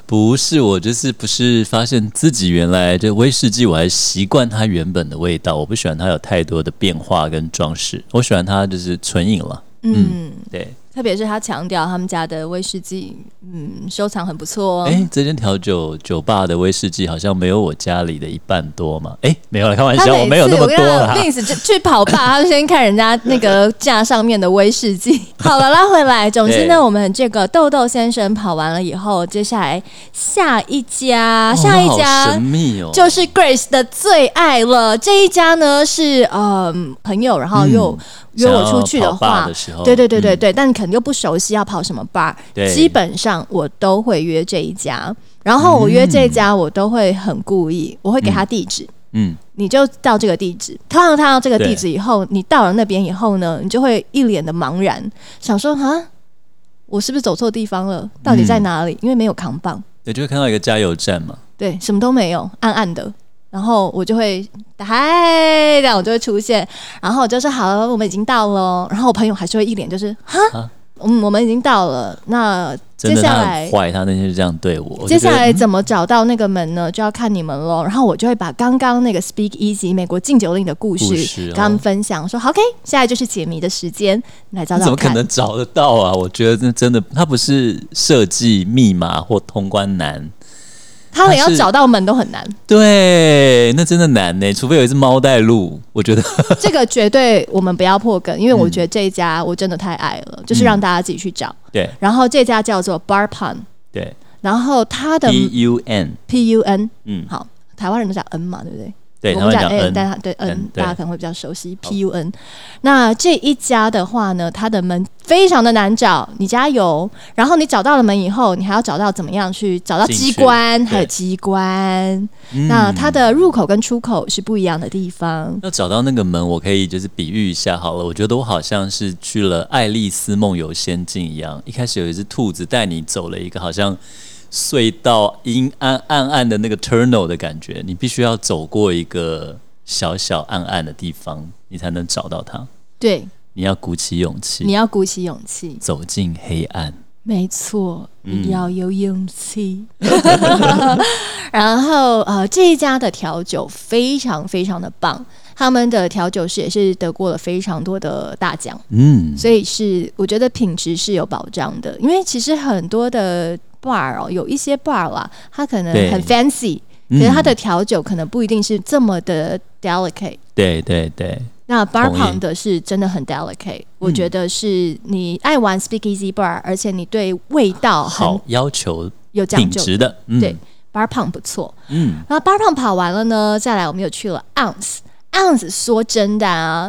S1: 不是我，就是不是发现自己原来这威士忌，我还习惯它原本的味道，我不喜欢它有太多的变化跟装饰，我喜欢它就是纯饮了。
S2: 嗯。
S1: 对，
S2: 特别是他强调他们家的威士忌，嗯，收藏很不错哦。
S1: 哎、这间调酒酒吧的威士忌好像没有我家里的一半多嘛？哎、没有啦，开玩
S2: 他
S1: 笑，我没有那么多啦。
S2: Vince 就去跑吧，他就先看人家那个架上面的威 士忌。好了，拉回来。总之
S1: 对
S2: 呢，我们这个豆豆先生跑完了以后，接下来下一家，
S1: 哦
S2: 下一
S1: 那好
S2: 家
S1: 神秘哦，
S2: 就是 Grace 的最爱了。这一家呢是嗯朋友，然后又约我出去
S1: 嗯想要跑
S2: 话
S1: bar 的时候，
S2: 对对对对
S1: 嗯
S2: 对，但可能又不熟悉要跑什么 bar，
S1: 对
S2: 基本上我都会约这一家。然后
S1: 嗯
S2: 我约这一家，我都会很故意，我会给他地址，
S1: 嗯，
S2: 你就到这个地址。通常他到这个地
S1: 对
S2: 址以后，你到了那边以后呢，你就会一脸的茫然，想说啊，我是不是走错地方了？到底在
S1: 嗯
S2: 哪里？因为没有扛棒，
S1: 对，就会看到一个加油站嘛，
S2: 对，什么都没有，暗暗的。然后我就会嗨，然后我就会出现，然后我就说好了，我们已经到了哦。然后我朋友还是会一脸就是哈
S1: 啊，
S2: 嗯，我们已经到了。那
S1: 真
S2: 接
S1: 的
S2: 下
S1: 他很
S2: 来
S1: 坏，他那天就这样对我。我
S2: 接
S1: 就觉得
S2: 下来
S1: 嗯
S2: 怎么找到那个门呢？就要看你们喽。然后我就会把刚刚那个 Speak Easy 美国禁酒令的故事
S1: 故事哦
S2: 跟他们分享，说好 OK，现在就是解谜的时间，你来找
S1: 你怎
S2: 找
S1: 么可
S2: 看。
S1: 能找得到啊？我觉得这真的，它不是设计密码或通关难，
S2: 他连
S1: 它
S2: 要
S1: 是
S2: 找到门都很 难，
S1: 对，那真的难呢、除非有一只猫带路，我 觉得
S2: 这个绝对我们不要破梗，因为
S1: 嗯
S2: 我觉得这一家我真的太爱了，就是让大家自己去找。
S1: 对
S2: 然后这家叫做 Bar Pun，
S1: 对
S2: 然后它的
S1: B U N，
S2: P U N，
S1: 嗯，
S2: 好，台湾人都讲 N 嘛，对不对？
S1: 对，
S2: 我
S1: 他
S2: 们
S1: 们
S2: 讲哎
S1: 讲
S2: N，但
S1: N，
S2: 它对 N，
S1: N，
S2: 大
S1: 对
S2: 家可能会比较熟悉 P U N。那这一家的话呢，它的门非常的难找，你加油。然后你找到了门以后，你还要找到怎么样去找到
S1: 进
S2: 机
S1: 去
S2: 关，
S1: 对
S2: 还有机关。
S1: 嗯
S2: 那它的入口跟出口是不一样的地方。
S1: 要找到那个门，我可以就是比喻一下好了。我觉得我好像是去了《爱丽丝梦游仙境》一样，一开始有一只兔子带你走了一个好像隧道阴暗暗暗的那个 tunnel 的感觉，你必须要走过一个小小暗暗的地方，你才能找到它。
S2: 对，
S1: 你要鼓起勇
S2: 你
S1: 气
S2: 要鼓起勇气，
S1: 走进黑暗。
S2: 没错，
S1: 嗯
S2: 你要有 勇气。然后呃，这一家的调酒非常非常的棒，他们的调酒师也是得过了非常多的大奖。
S1: 嗯，
S2: 所以是我觉得品质是有保障的，因为其实很多的 bar 哦，有一些 bar 啦，它可能
S1: 对
S2: 很 fancy，可
S1: 嗯
S2: 是它的调酒可能不一定是这么的 delicate。
S1: 对对对，
S2: 那 bar
S1: 同意嗯
S2: 旁的是真的很 delicate，我觉得是你爱玩 speakeasy bar，而且你对味道很
S1: 好要求
S2: 有讲
S1: 品
S2: 究，
S1: 质的，嗯，
S2: 对 bar 旁不错。
S1: 嗯，
S2: 然后 bar 旁跑完了呢，再来我们又去了 ounce。ounce 说真的啊，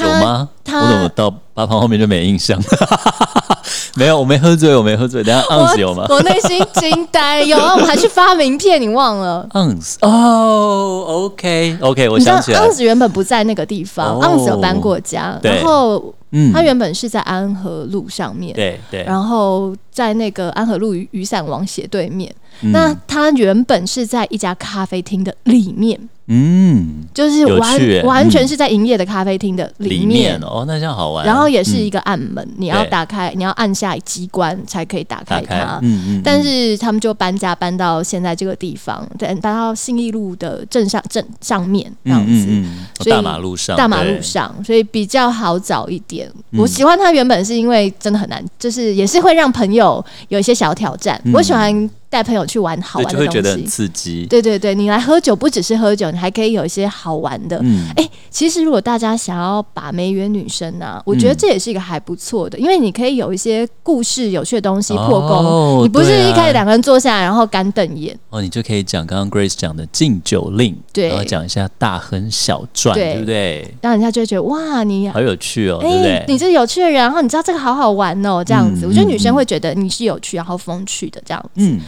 S1: 有
S2: 它
S1: 吗？
S2: 他
S1: 我怎么到八旁后面就没印象？ 没有，我没喝醉，我没喝醉。等一下
S2: 我
S1: ounce 有吗
S2: 我内心惊呆，有 啊，我们还去发名片，你忘了？
S1: ？ounce 哦，OK OK，我
S2: 你知道
S1: 想起来
S2: 盎，司原本不在那个地方，
S1: 哦
S2: 盎司有搬过家，
S1: 对
S2: 然后
S1: 嗯
S2: 他原本是在安和路上面，
S1: 对对，
S2: 然后在那个安和路雨雨伞王斜对面。
S1: 嗯
S2: 那他原本是在一家咖啡厅的里面，
S1: 嗯，
S2: 就是
S1: 有
S2: 完
S1: 趣欸
S2: 完全是在营业的咖啡厅的
S1: 里面哦，那这样好玩。
S2: 然后也是一
S1: 嗯
S2: 个暗门，你要
S1: 对
S2: 打开，你要按下机关才可以打
S1: 打
S2: 开
S1: 开
S2: 它，。
S1: 嗯嗯，
S2: 但
S1: 嗯
S2: 是他们就搬家搬到现在这个地方，搬搬到信义路的正上正上面这样
S1: 嗯
S2: 子，
S1: 嗯嗯哦
S2: 所以
S1: 大马路上，
S2: 大马
S1: 对
S2: 路上，所以比较好找一点。
S1: 嗯
S2: 我喜欢它原本是因为真的很难，就是也是会让朋友有一些小挑战。
S1: 嗯
S2: 我喜欢带朋友去玩好
S1: 对，
S2: 玩
S1: 就
S2: 的东
S1: 会
S2: 西。
S1: 觉得很刺激。
S2: 对对对，你来喝酒不只是喝酒，你还可以有一些好玩的。
S1: 嗯，
S2: 哎、其实如果大家想要把妹约女生呢、我觉得
S1: 嗯
S2: 这也是一个还不错的，因为你可以有一些故事、有趣的东西破功。
S1: 哦
S2: 你不是
S1: 对啊
S2: 一开始两个人坐下来，然后干瞪眼。
S1: 哦，你就可以讲刚刚 Grace 讲的禁酒令，
S2: 对
S1: 然后讲一下大亨小赚，
S2: 对
S1: 对不对？
S2: 让人家就会觉得哇，你
S1: 好有趣哦，
S2: 哎、
S1: 对不对？
S2: 你是有趣的人，然后你知道这个好好玩哦，这样子，
S1: 嗯
S2: 我觉得女生
S1: 嗯
S2: 会觉得你是有趣然后风趣的这样。
S1: 嗯，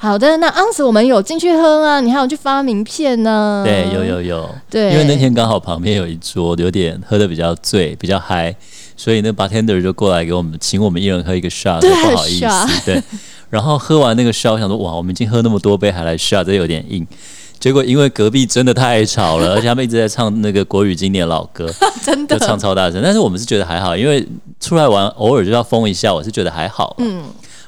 S2: 好的，那 Ans 我们有进去喝啊，你还有去发名片呢？
S1: 对，有有有，
S2: 嗯对，
S1: 因为那天刚好旁边有一桌有点喝的比较醉，比较嗨，所以那 bartender 就过来给我们请我们一人喝一个 shot，
S2: 对
S1: 不好意思，
S2: shot
S1: 对。然后喝完那个 shot，我想说哇，我们已经喝那么多杯还来 shot，这有点硬。结果因为隔壁真的太吵了，而且他们一直在唱那个国语经典老歌，
S2: 真
S1: 就唱
S2: 的，
S1: 超大声。但是我们是觉得还好，因为出来玩偶尔就要疯一下，我是觉得还好。
S2: 嗯，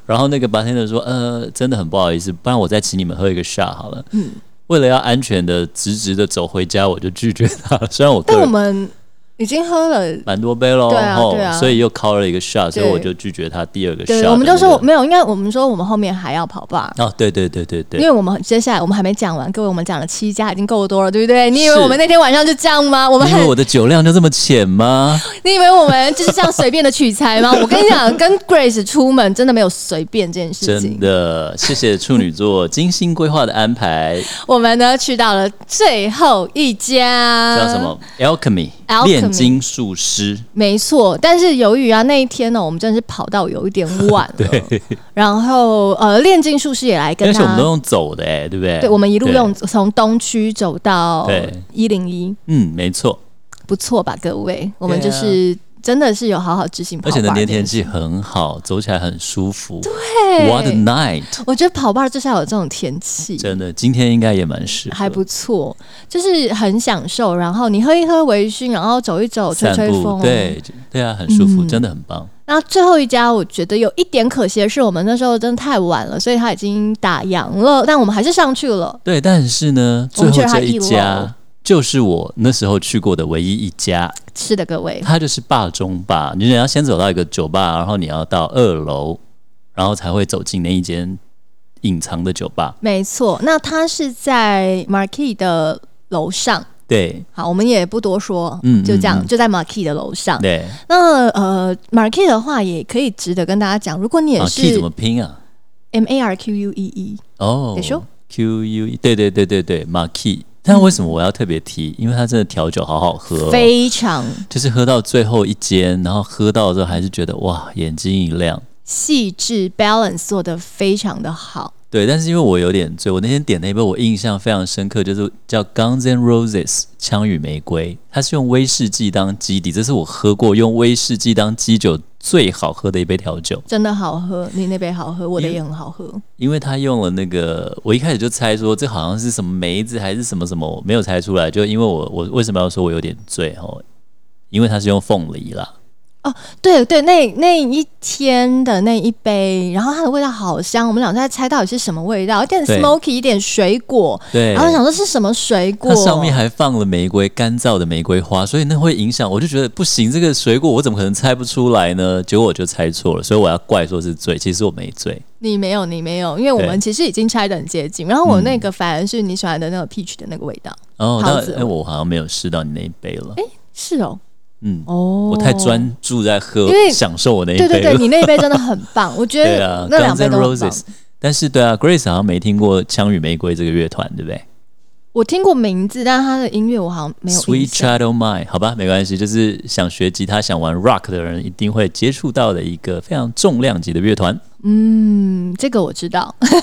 S1: 然后那个 bartender 说，呃，真的很不好意思，不然我再请你们喝一个 shot 好了。
S2: 嗯
S1: 为了要安全的直直的走回家，我就拒绝 他了。虽然我个
S2: 但我
S1: 人
S2: 们已经喝了。
S1: 蛮多杯喽，
S2: 对啊
S1: 吼
S2: 对啊
S1: 所以又 call 了一个 shot，所以
S2: 对
S1: 我就拒绝他第二个 shot 的那
S2: 对，
S1: 个。
S2: 我们就说没有，应该我们说我们后面还要跑吧，
S1: 哦，对对对对对，
S2: 因为我们接下来我们还没讲完，各位，我们讲了七家已经够多了，对不对？你以为
S1: 是
S2: 我们那天晚上就这样吗？我们
S1: 因为
S2: 很
S1: 我的酒量就这么浅吗？
S2: 你以为我们就是这样随便的取 材吗？我跟你讲，跟 Grace 出门真的没有随便这件事
S1: 真。
S2: 情
S1: 的，谢谢处女座精心规划的安排，
S2: 我们呢去到了最后一家，
S1: 叫什？么 alchemy
S2: 呃 Alchemy
S1: 炼金术师。
S2: 没错，但是由于啊那一天呢，我们真的是跑到有一点晚 了。然后呃，炼金术师也来跟
S1: 而且我们都
S2: 他，
S1: 用走的、欸，对不对？
S2: 对，我们一路
S1: 对
S2: 用从东区走到
S1: 对
S2: 一零一，
S1: 嗯，没错。
S2: 不错吧，各位？我们就是。真的是有好好执行
S1: 啊
S2: 跑
S1: 而
S2: 吧
S1: 且
S2: 这件
S1: 那天
S2: 事，
S1: 天气很好，走起来很舒服。
S2: 对
S1: What a night！
S2: 我觉得跑吧就是要有这种天气，
S1: 真的，今天应该也蛮适合，
S2: 还不错，就是很享受。然后你喝一喝微醺，然后走一走，吹
S1: 散
S2: 吹风。
S1: 步，，对对啊，很舒服，
S2: 嗯
S1: 真的很棒。
S2: 那最后一家，我觉得有一点可惜的是，我们那时候真的太晚了，所以他已经打烊了，但我们还是上去了。
S1: 对，但是呢，
S2: 我
S1: 最
S2: 们
S1: 后
S2: 去了
S1: 这
S2: 它一
S1: 一
S2: 楼
S1: 家就是我那时候去过的唯一一家，
S2: 是的，各位，
S1: 它就是坝中坝。你要先走到一个酒吧，然后你要到二楼，然后才会走进那一间隐藏的酒吧。
S2: 没错。那他是在 Marquee 的楼上，
S1: 对
S2: 好，我们也不多说，
S1: 嗯
S2: 就这样，
S1: 嗯嗯
S2: 就在 Marquee 的楼上。
S1: 对，
S2: 那呃，Marquee 的话，也可以值得跟大家讲，如果你也
S1: 啊，T
S2: 是
S1: 怎么拼啊？
S2: M A R Q U E E，
S1: 哦
S2: 得说
S1: ，Q U E，对对对对对，Marquis。但为什么我要特别提？因为它真的调酒好好喝哦、
S2: 非常
S1: 就是喝到最后一间，然后喝到之后还是觉得哇，眼睛一亮。
S2: 细致，balance 做的非常的好。
S1: 对，但是因为我有点醉，我那天点那杯我印象非常深刻，就是叫 Guns N' Roses 枪与玫瑰，它是用威士忌当基底，这是我喝过用威士忌当基酒最好喝的一杯调酒。
S2: 真的好喝，你那杯好喝，我的也很好喝。
S1: 因为他用了那个，我一开始就猜说这好像是什么梅子还是什么什么，我没有猜出来。就因为我我为什么要说我有点醉哦？因为他是用凤梨啦，
S2: 对对，那那一天的那一杯，然后它的味道好香，我们俩在猜到底是什么味道，有点
S1: 对
S2: smoky，一点水果，
S1: 对，
S2: 然后想说是什么水果
S1: 它，上面还放了玫瑰干燥的玫瑰花，所以那会影响。我就觉得不行，这个水果我怎么可能猜不出来呢？结果我就猜错了，所以我要怪说是醉，其实我没醉。
S2: 你没有，你没有，因为我
S1: 对
S2: 们其实已经猜的很接近。然后我那个反而是你喜欢的那个 peach 的那个味道，
S1: 哦，
S2: 桃子
S1: 那哎，我好像没有试到你那一杯了。
S2: 是哦，
S1: 嗯，
S2: 哦，
S1: 我太。专注在喝
S2: 因为，
S1: 享受我那一杯
S2: 对
S1: 了。
S2: 对对，你那一杯真的很棒，我 觉
S1: 对啊
S2: 得那两杯
S1: ，Guns N'
S2: 都很棒。
S1: Roses。但是对啊，Grace 好像没听过《枪与玫瑰》这个乐团，对不对
S2: 我听过名字，但他的音乐我好像没有印
S1: ？Sweet
S2: 象。
S1: Child O' Mine，好吧，没关系，就是想学吉他、想玩 rock 的人一定会接触到的一个非常重量级的乐团。
S2: 嗯，这个我 知道。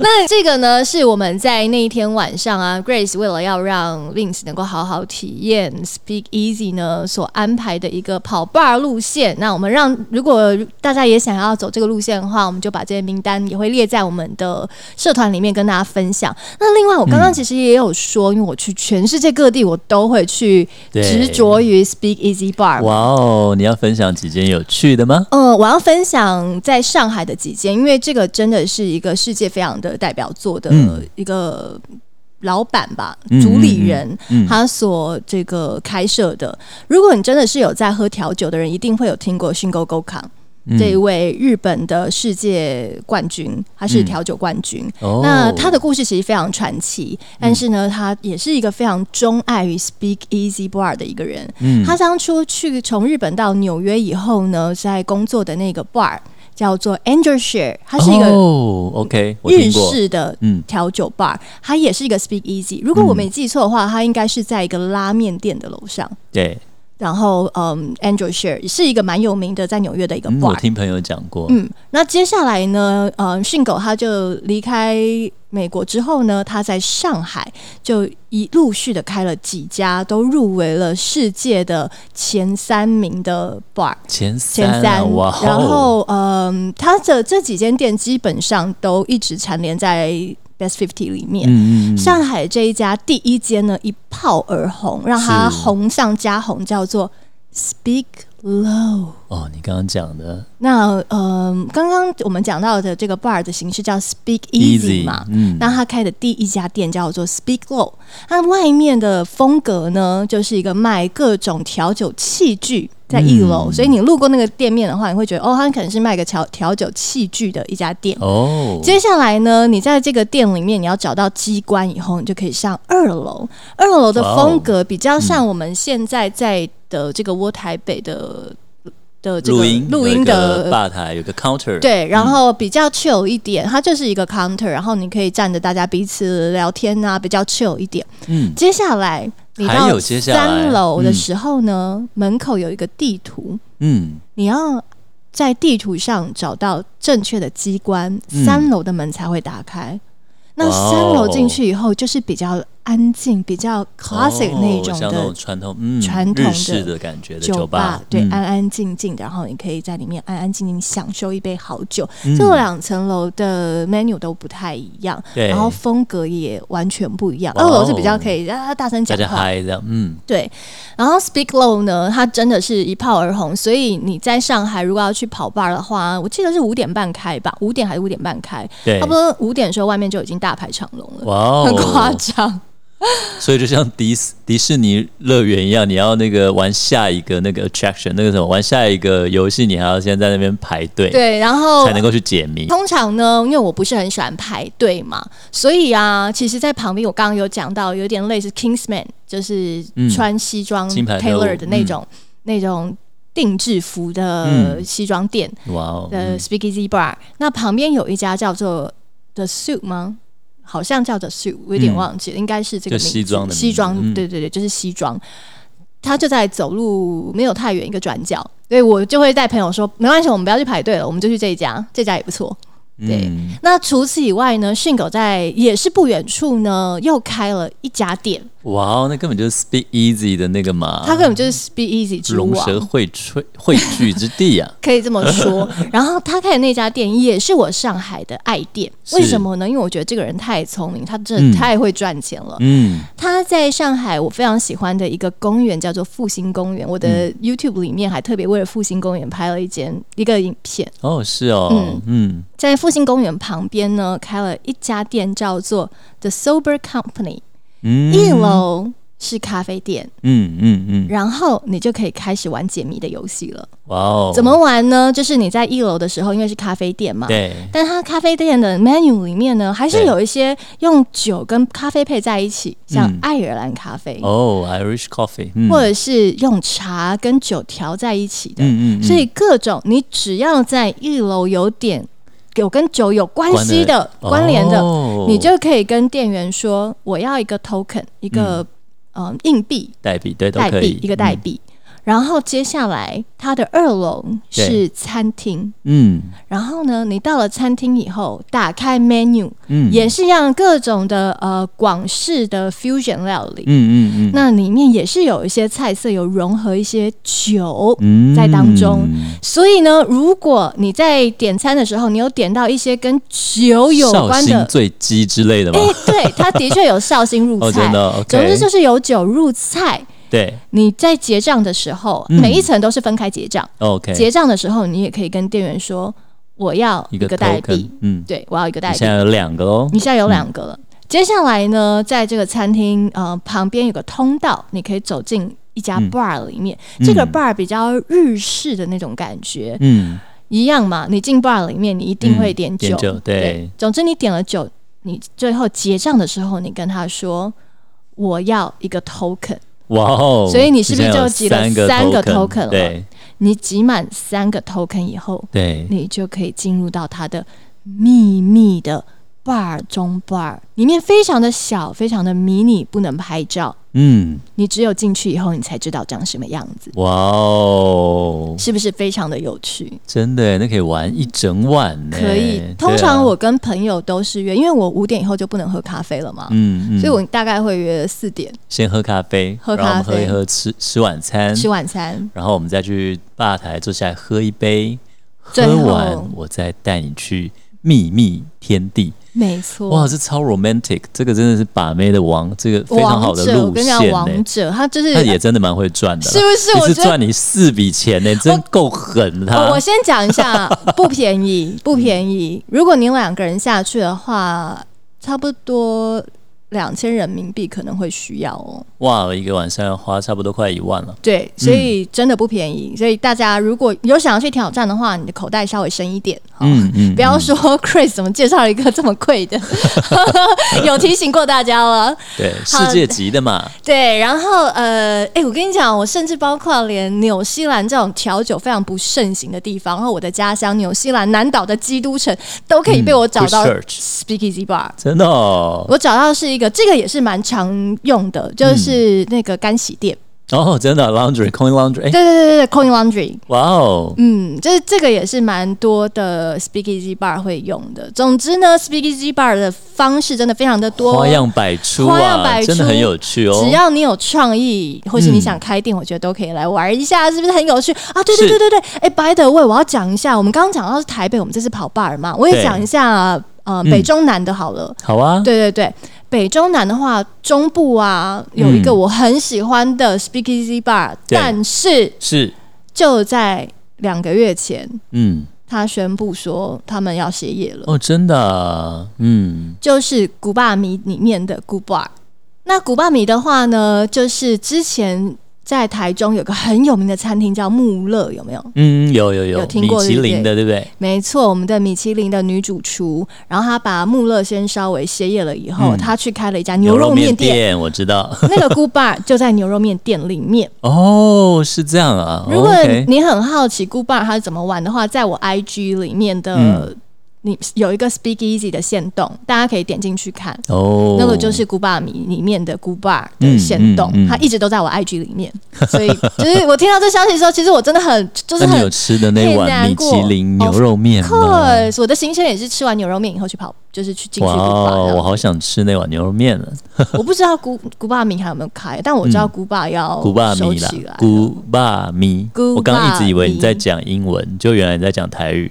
S2: 那这个呢，是我们在那一天晚上啊，Grace 为了要让 Vince 能够好好体验 Speak Easy 呢，所安排的一个跑 bar 路线。那我们让如果大家也想要走这个路线的话，我们就把这些名单也会列在我们的社团里面跟大家分享。那另外，我
S1: 嗯
S2: 刚刚其实也有说，因为我去全世界各地，我都会去
S1: 对
S2: 执着于 Speak Easy Bar 嘛。
S1: 哇哦，你要分享几件有趣的吗？
S2: 嗯，我要分享在上海的几间，因为这个真的是一个世界非常的代表作的
S1: 嗯
S2: 一个老板吧，
S1: 嗯
S2: 主理人。
S1: 嗯，
S2: 他所这个开设的，如果你真的是有在喝调酒的人，一定会有听过 Shingo g o k a
S1: 嗯
S2: 这一位日本的世界冠军，他是调酒冠军。
S1: 哦
S2: 那他的故事其实非常传奇，但是呢，他也是一个非常钟爱于 Speak Easy Bar 的一个人。
S1: 嗯
S2: 他当初去从日本到纽约以后呢，在工作的那个 bar 叫做 Angel Share，它是一个
S1: 哦，OK，我
S2: 日
S1: 听过，
S2: 式的
S1: 嗯
S2: 调酒 bar，它也是一个 Speak Easy。如果我没记错的话，它应该是在一个拉面店的楼上。
S1: 对，
S2: 然后，嗯，Angel Share 是一个蛮有名的，在纽约的一个
S1: 嗯，我
S2: bar。
S1: 听朋友讲过，
S2: 嗯，那接下来呢？呃，训狗他就离开美国之后呢，他在上海就一陆续的开了几家，都入围了世界的前三名的 bar。
S1: 前
S2: 前
S1: 三啊，
S2: 三，
S1: 哇哦，
S2: 然后嗯，他的这几间店基本上都一直蝉联在 Best Fifty 里面。
S1: 嗯嗯嗯，
S2: 上海这一家第一间呢一炮而红，让它
S1: 是
S2: 红上加红，叫做 Speak Low。
S1: 哦，你刚刚讲的
S2: 那嗯，刚刚我们讲到的这个 bar 的形式叫 Speak Easy 嘛。
S1: 嗯，
S2: 那他开的第一家店叫做 Speak Low，它外面的风格呢，就是一个卖各种调酒器具在一楼，
S1: 嗯
S2: 所以你路过那个店面的话，你会觉得哦，它可能是卖个调调酒器具的一家店。
S1: 哦，
S2: 接下来呢，你在这个店里面，你要找到机关以后，你就可以上二楼。二楼的风格比较
S1: 嗯
S2: 像我们现在在的这个窝台北的的这个
S1: 录音
S2: 录
S1: 有一
S2: 音
S1: 个
S2: 的呃
S1: 吧台有个 counter，，
S2: 对，然后比较 chill 一点，它就是一个 counter，然后你可以站着大家彼此聊天啊，比较 chill 一点。
S1: 嗯，
S2: 接下来你
S1: 还
S2: 到
S1: 有接下来
S2: 三楼的
S1: 嗯
S2: 时候呢，门口有一个地图，
S1: 嗯，
S2: 你要在地图上找到正确的机关，
S1: 嗯
S2: 三楼的门才会打开。那
S1: 哇哦
S2: 三楼进去以后，就是比较安静、比较 classic
S1: 哦
S2: 那一种
S1: 像那
S2: 的
S1: 种传统，嗯，
S2: 传统的
S1: 日式的感觉的
S2: 酒吧
S1: 吧，，
S2: 对，
S1: 嗯
S2: 安安静静的，然后你可以在里面安安静静享受一杯好酒。
S1: 嗯
S2: 这两层楼的 menu 都不太一样，
S1: 对
S2: 然后风格也完全不一样。
S1: 哇
S2: 二
S1: 哦
S2: 楼是比较可以啊大声
S1: 大
S2: 讲
S1: 家
S2: 话，
S1: 嗨这样，嗯，
S2: 对。然后 Speak Low 呢，它真的是一炮而红，所以你在上海如果要去跑 bar 的话，我记得是五点半开吧，五点还是五点半开，
S1: 对
S2: 差，不多五点的时候外面就已经大排长龙了，
S1: 哇哦，
S2: 很夸张。
S1: 所以就像迪斯迪士尼乐园一样，你要那个玩下一个那个 attraction，那个什么玩下一个游戏，你还要先在那边排队，
S2: 对，哦然后
S1: 才能够去解谜。
S2: 通常呢，因为我不是很喜欢排队嘛，所以啊，其实，在旁边我刚刚有讲到，有点类似 Kingsman，就是
S1: 嗯
S2: 穿西装
S1: 金牌特务
S2: Taylor 的那种、那种定制服的
S1: 嗯
S2: 西装店
S1: 哇哦，
S2: 的 Speakeasy Bar，、那旁边有一家叫做 The Suit 吗？好像叫 The Suit，我有点
S1: 嗯
S2: 忘记了，应该是这个
S1: 就
S2: 名
S1: 西
S2: 字
S1: 装的名字
S2: 西装，
S1: 嗯
S2: 对对对，就是西装。他就在走路没有太远一个转角，所以我就会带朋友说，没关系，我们不要去排队了，我们就去这一家，这家也不错。对
S1: 嗯，
S2: 那除此以外呢，训狗在也是不远处呢，又开了一家店，
S1: 哇哦，那根本就是 Speak Easy 的那个嘛，
S2: 它根啊本就是 Speak Easy 之
S1: 啊龙蛇
S2: 王，
S1: 汇萃汇聚之地啊呀、
S2: 可以这么 说。然后他开的那家店也是我上海的爱店，
S1: 是
S2: 为什么呢？因为我觉得这个人太聪明，他真
S1: 嗯
S2: 的太会赚钱了。
S1: 嗯，
S2: 他在上海我非常喜欢的一个公园叫做复兴公园，
S1: 嗯
S2: 我的 YouTube 里面还特别为了复兴公园拍了一间一个影片。
S1: 哦，是哦，嗯，
S2: 在复兴公园旁边呢，开了一家店叫做 The Sober Company。
S1: 嗯，
S2: 一，楼是咖啡店，
S1: 嗯嗯嗯，
S2: 然后你就可以开始玩解谜的游戏了。
S1: 哇哦，
S2: 怎么玩呢？就是你在一楼的时候，因为是咖啡店嘛。
S1: 对？
S2: 但它咖啡店的 menu 里面呢，还是
S1: 对
S2: 有一些用酒跟咖啡配在一起，像
S1: 嗯
S2: 爱尔兰咖啡，
S1: 哦，Irish coffee，嗯，
S2: 或者是用茶跟酒调在一起的。
S1: 嗯嗯嗯，
S2: 所以各种你只要在一楼有点有跟酒有关系的
S1: 哦
S2: 关联的，你就可以跟店员说我要一个 token，一个嗯、呃硬币
S1: 代币对都
S2: 代
S1: 可以嗯
S2: 币，一个代，币。然后接下来，它的二楼是餐厅。
S1: 嗯
S2: 然后呢，你到了餐厅以后，打开 menu，、
S1: 嗯，
S2: 也是一样各种的呃广式的 fusion 料理。
S1: 嗯嗯嗯，
S2: 那里面也是有一些菜色，有融合一些酒，
S1: 嗯
S2: 在当中所以呢，如果你在点餐的时候，你有点到一些跟酒有
S1: 绍
S2: 关
S1: 兴
S2: 的，
S1: 醉鸡之类的吗
S2: 哎、？对，它的确有绍兴入
S1: 哦，
S2: 菜
S1: 真，的哦
S2: 总
S1: ，OK，
S2: 之就是有酒入菜。
S1: 对
S2: 你在结账的时候，
S1: 嗯
S2: 每一层都是分开结账。
S1: ，OK，
S2: 结账的时候，你也可以跟店员说：“我要一
S1: 一个
S2: 个代
S1: token，
S2: 币，
S1: 嗯，
S2: 对我要一个代
S1: 你
S2: 币。
S1: 现”在有嗯两个哦喽
S2: 你，现在有两个了。接下来呢，在这个餐厅呃旁边有个通道，你可以走进一家
S1: 嗯
S2: bar 里面。这个
S1: 嗯
S2: bar 比较日式的那种感觉，
S1: 嗯
S2: 一样嘛，你进 bar 里面，你一定会点酒。
S1: 点酒对
S2: 总之你点了酒，你最后结账的时候，你跟他说我要一个 token，
S1: 哇哦！
S2: 所以你是不是就
S1: 挤
S2: 集了三个 token 了
S1: 对
S2: 你集满三个 token 以后，
S1: 对，
S2: 你就可以进入到它的秘密的 bar 中 bar，里面非常的小，非常的迷你，不能拍照。
S1: 嗯，
S2: 你只有进去以后，你才知道长什么样子，
S1: 哇哦，
S2: 是不是非常的有趣？
S1: 真的耶那可以玩一整晚呢。
S2: 可以
S1: 对啊。
S2: 通常我跟朋友都是约，因为我五点以后就不能喝咖啡了嘛，
S1: 嗯嗯，
S2: 所以我大概会约四点
S1: 先喝咖啡，
S2: 喝
S1: 然后我们
S2: 咖啡
S1: 喝一喝，吃吃晚餐，
S2: 吃晚餐。
S1: 然后我们再去吧台坐下来喝一杯，
S2: 最
S1: 喝
S2: 后
S1: 完我再带你去秘密天地。
S2: 没错，
S1: 哇，这超 romantic，这个真的是把妹的王，这个非常好
S2: 王
S1: 的
S2: 者，我
S1: 路
S2: 跟
S1: 线
S2: 你
S1: 呢、
S2: 讲，王者他就是
S1: 他也真的蛮会赚的啦，
S2: 是不是？
S1: 一
S2: 我觉
S1: 次
S2: 得
S1: 赚你四笔钱呢、真够狠的
S2: 哦我
S1: 他
S2: 我。先讲一下， 不便宜，不便宜。如果您两个人下去的话，差不多两千人民币可能会需要哦。
S1: 哇，我一个晚上要花差不多快一万 了。
S2: 对，所以真的不便宜。所以大家如果有想要去挑战的话，你的口袋稍微深一点。哦
S1: 嗯嗯，
S2: 不要说 Chris 怎么介绍了一个这么贵的， 有提醒过大家了。
S1: 对
S2: 好
S1: 世界级的嘛，
S2: 对，然后呃，哎、我跟你讲，我甚至包括连纽西兰这种调酒非常不盛行的地方，然后我的家乡纽西兰南岛的基督城都可以被我找到
S1: 嗯，Christchurch
S2: Speakeasy Bar。
S1: 真的哦，
S2: 我找到是一个，这个也是蛮常用的，就是那个干洗店，
S1: 哦，真的 laundry coin laundry，哎、
S2: 对对对对对，Coin Laundry，
S1: 哇哦，
S2: 嗯，就是这个也是蛮多的 Speakeasy Bar 会用的。总之呢，Speakeasy Bar 的方式真的非常的多，
S1: 花样百出
S2: 花样
S1: 啊，
S2: 百出
S1: 真的很有趣哦。
S2: 只要你有创意，或是你
S1: 嗯
S2: 想开店，我觉得都可以来玩一下，是不是很有趣啊？对
S1: 是
S2: 对对对对，哎，by the way，我要讲一下，我们刚刚讲到是台北，我们这次跑 bar 嘛，我也
S1: 对
S2: 讲一下呃
S1: 嗯
S2: 北中南的好了。
S1: 好啊，
S2: 对对对，北中南的话，中部啊有一个
S1: 嗯
S2: 我很喜欢的 Speakeasy Bar，、
S1: 对
S2: 但是
S1: 是，
S2: 就在两个月前，
S1: 嗯，
S2: 他宣布说他们要歇业了。
S1: 哦，真的啊，嗯，
S2: 就是古巴米里面的古巴。那古巴米的话呢，就是之前在台中有个很有名的餐厅叫穆勒，有没有？
S1: 嗯，有有有，
S2: 有听过
S1: 米
S2: 对
S1: 其
S2: 不对
S1: 林的，对不对？
S2: 没错，我们的米其林的女主厨，然后她把穆勒先稍微歇业了以后，
S1: 嗯
S2: 她去开了一家
S1: 牛
S2: 牛肉面
S1: 面
S2: 店。
S1: 店，我知道。
S2: 那个古巴就在牛肉面店里面。
S1: 哦，是这样啊。
S2: 如果
S1: o k
S2: 你很好奇古巴它是怎么玩的话，在我 IG 里面的、
S1: 嗯
S2: 你有一个 Speakeasy 的线动，大家可以点进去看。
S1: 哦，
S2: 那个就是古巴米里面的古巴的线动，
S1: 嗯嗯嗯
S2: 它一直都在我 IG 里面，所以就是我听到这消息的时候，其实我真的很就是
S1: 那你
S2: 很
S1: 有吃的那
S2: 很
S1: 碗
S2: 难
S1: 米
S2: 过哦
S1: 其林牛肉面吗？
S2: course，我的行程也是吃完牛肉面以后去跑，就是去进去
S1: 哇
S2: 古巴
S1: 哦，我
S2: 的。
S1: 好想吃那碗牛肉面了。
S2: 我不知道古古巴米还有没有开，但我知道古巴要
S1: 嗯古巴
S2: 哦收
S1: 米啦
S2: 起来，
S1: 古巴米。
S2: 古巴米
S1: 我刚刚一直以为你在讲英文，就原来你在讲台语。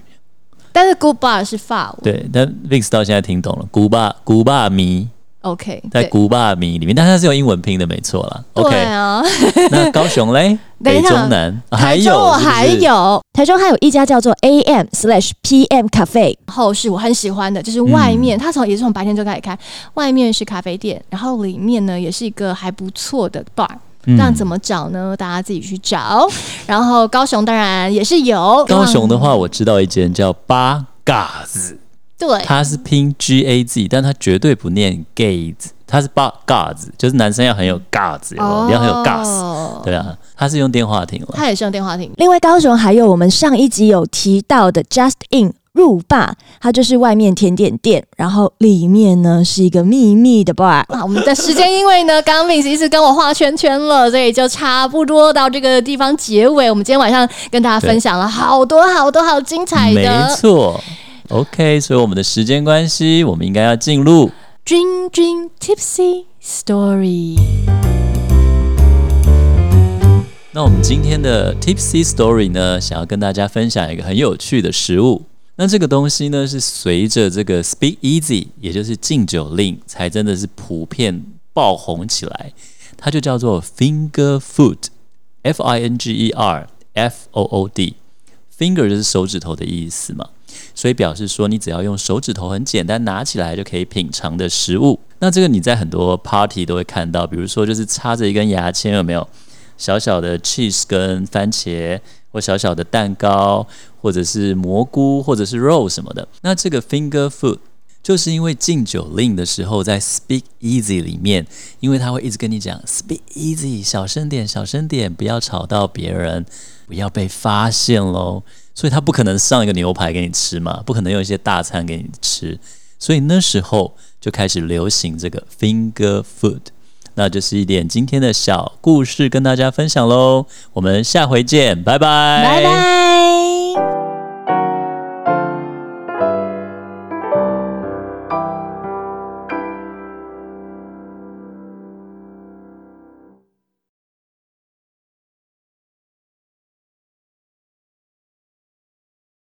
S2: 但是古巴是法文
S1: 对，但 Vix 到现在听懂了，古巴古巴米
S2: ，OK，
S1: 在
S2: 对
S1: 古巴米里面，但它是用英文拼的，没错啦。
S2: 对
S1: OK，
S2: 啊。
S1: 那高雄嘞，
S2: 等
S1: 北
S2: 一下
S1: 中南还
S2: 台中
S1: 有
S2: 我
S1: 是不是
S2: 啊还有，
S3: 台中还有一家叫做 AM slash PM Cafe，嗯
S2: 然后哦是我很喜欢的，就是外面、它从也是从白天就开始开，外面是咖啡店，然后里面呢也是一个还不错的 bar。那
S3: 嗯
S2: 怎
S1: 么？
S2: 么找呢？大家自己去找。然后高雄当然也是有，嗯
S1: 高雄的话，我知道一间叫八嘎子。
S2: 对
S1: 它是拼 G A Z，但它绝对不念 gaze，它是 bar guards，就是男生要很有 guards，有没有你要很有 guards，、
S2: 哦，
S1: 对啊，它是用电话亭了。
S2: 他也是用电话亭。
S3: 另外高雄还有我们上一集有提到的 Just In 入霸，它就是外面甜点店，然后里面呢是一个秘密的 bar。
S2: 啊，我们的时间因为呢，刚刚 Vince 一直跟我画圈圈了，所以就差不多到这个地方结尾。我们今天晚上跟大家分享了好多好多好精彩
S1: 没
S2: 的
S1: 错，OK，所以我们的时间关系，我们应该要进入。
S2: Dream Dream Tipsy Story。
S1: 那我们今天的 Tipsy Story 呢，想要跟大家分享一个很有趣的食物。那这个东西呢，是随着这个 Speak Easy，也就是禁酒令，才真的是普遍爆红起来。它就叫做 Finger Food，F I N G E R F O O D。Finger 就是手指头的意思嘛，所以表示说你只要用手指头很简单拿起来就可以品尝的食物。那这个你在很多 party 都会看到，比如说就是插着一根牙签，有没有？小小的 cheese 跟番茄，或小小的蛋糕，或者是蘑菇，或者是肉什么的。那这个 finger food 就是因为禁酒令的时候，在 Speak Easy 里面，因为他会一直跟你讲 Speak Easy，小声点，小声点，不要吵到别人，不要被发现喽。所以他不可能上一个牛排给你吃嘛，不可能用一些大餐给你吃。所以那时候就开始流行这个 finger food。那就是一点今天的
S3: 哎
S1: 小故事跟大家分享喽，我们下回见，拜拜，
S2: 拜拜。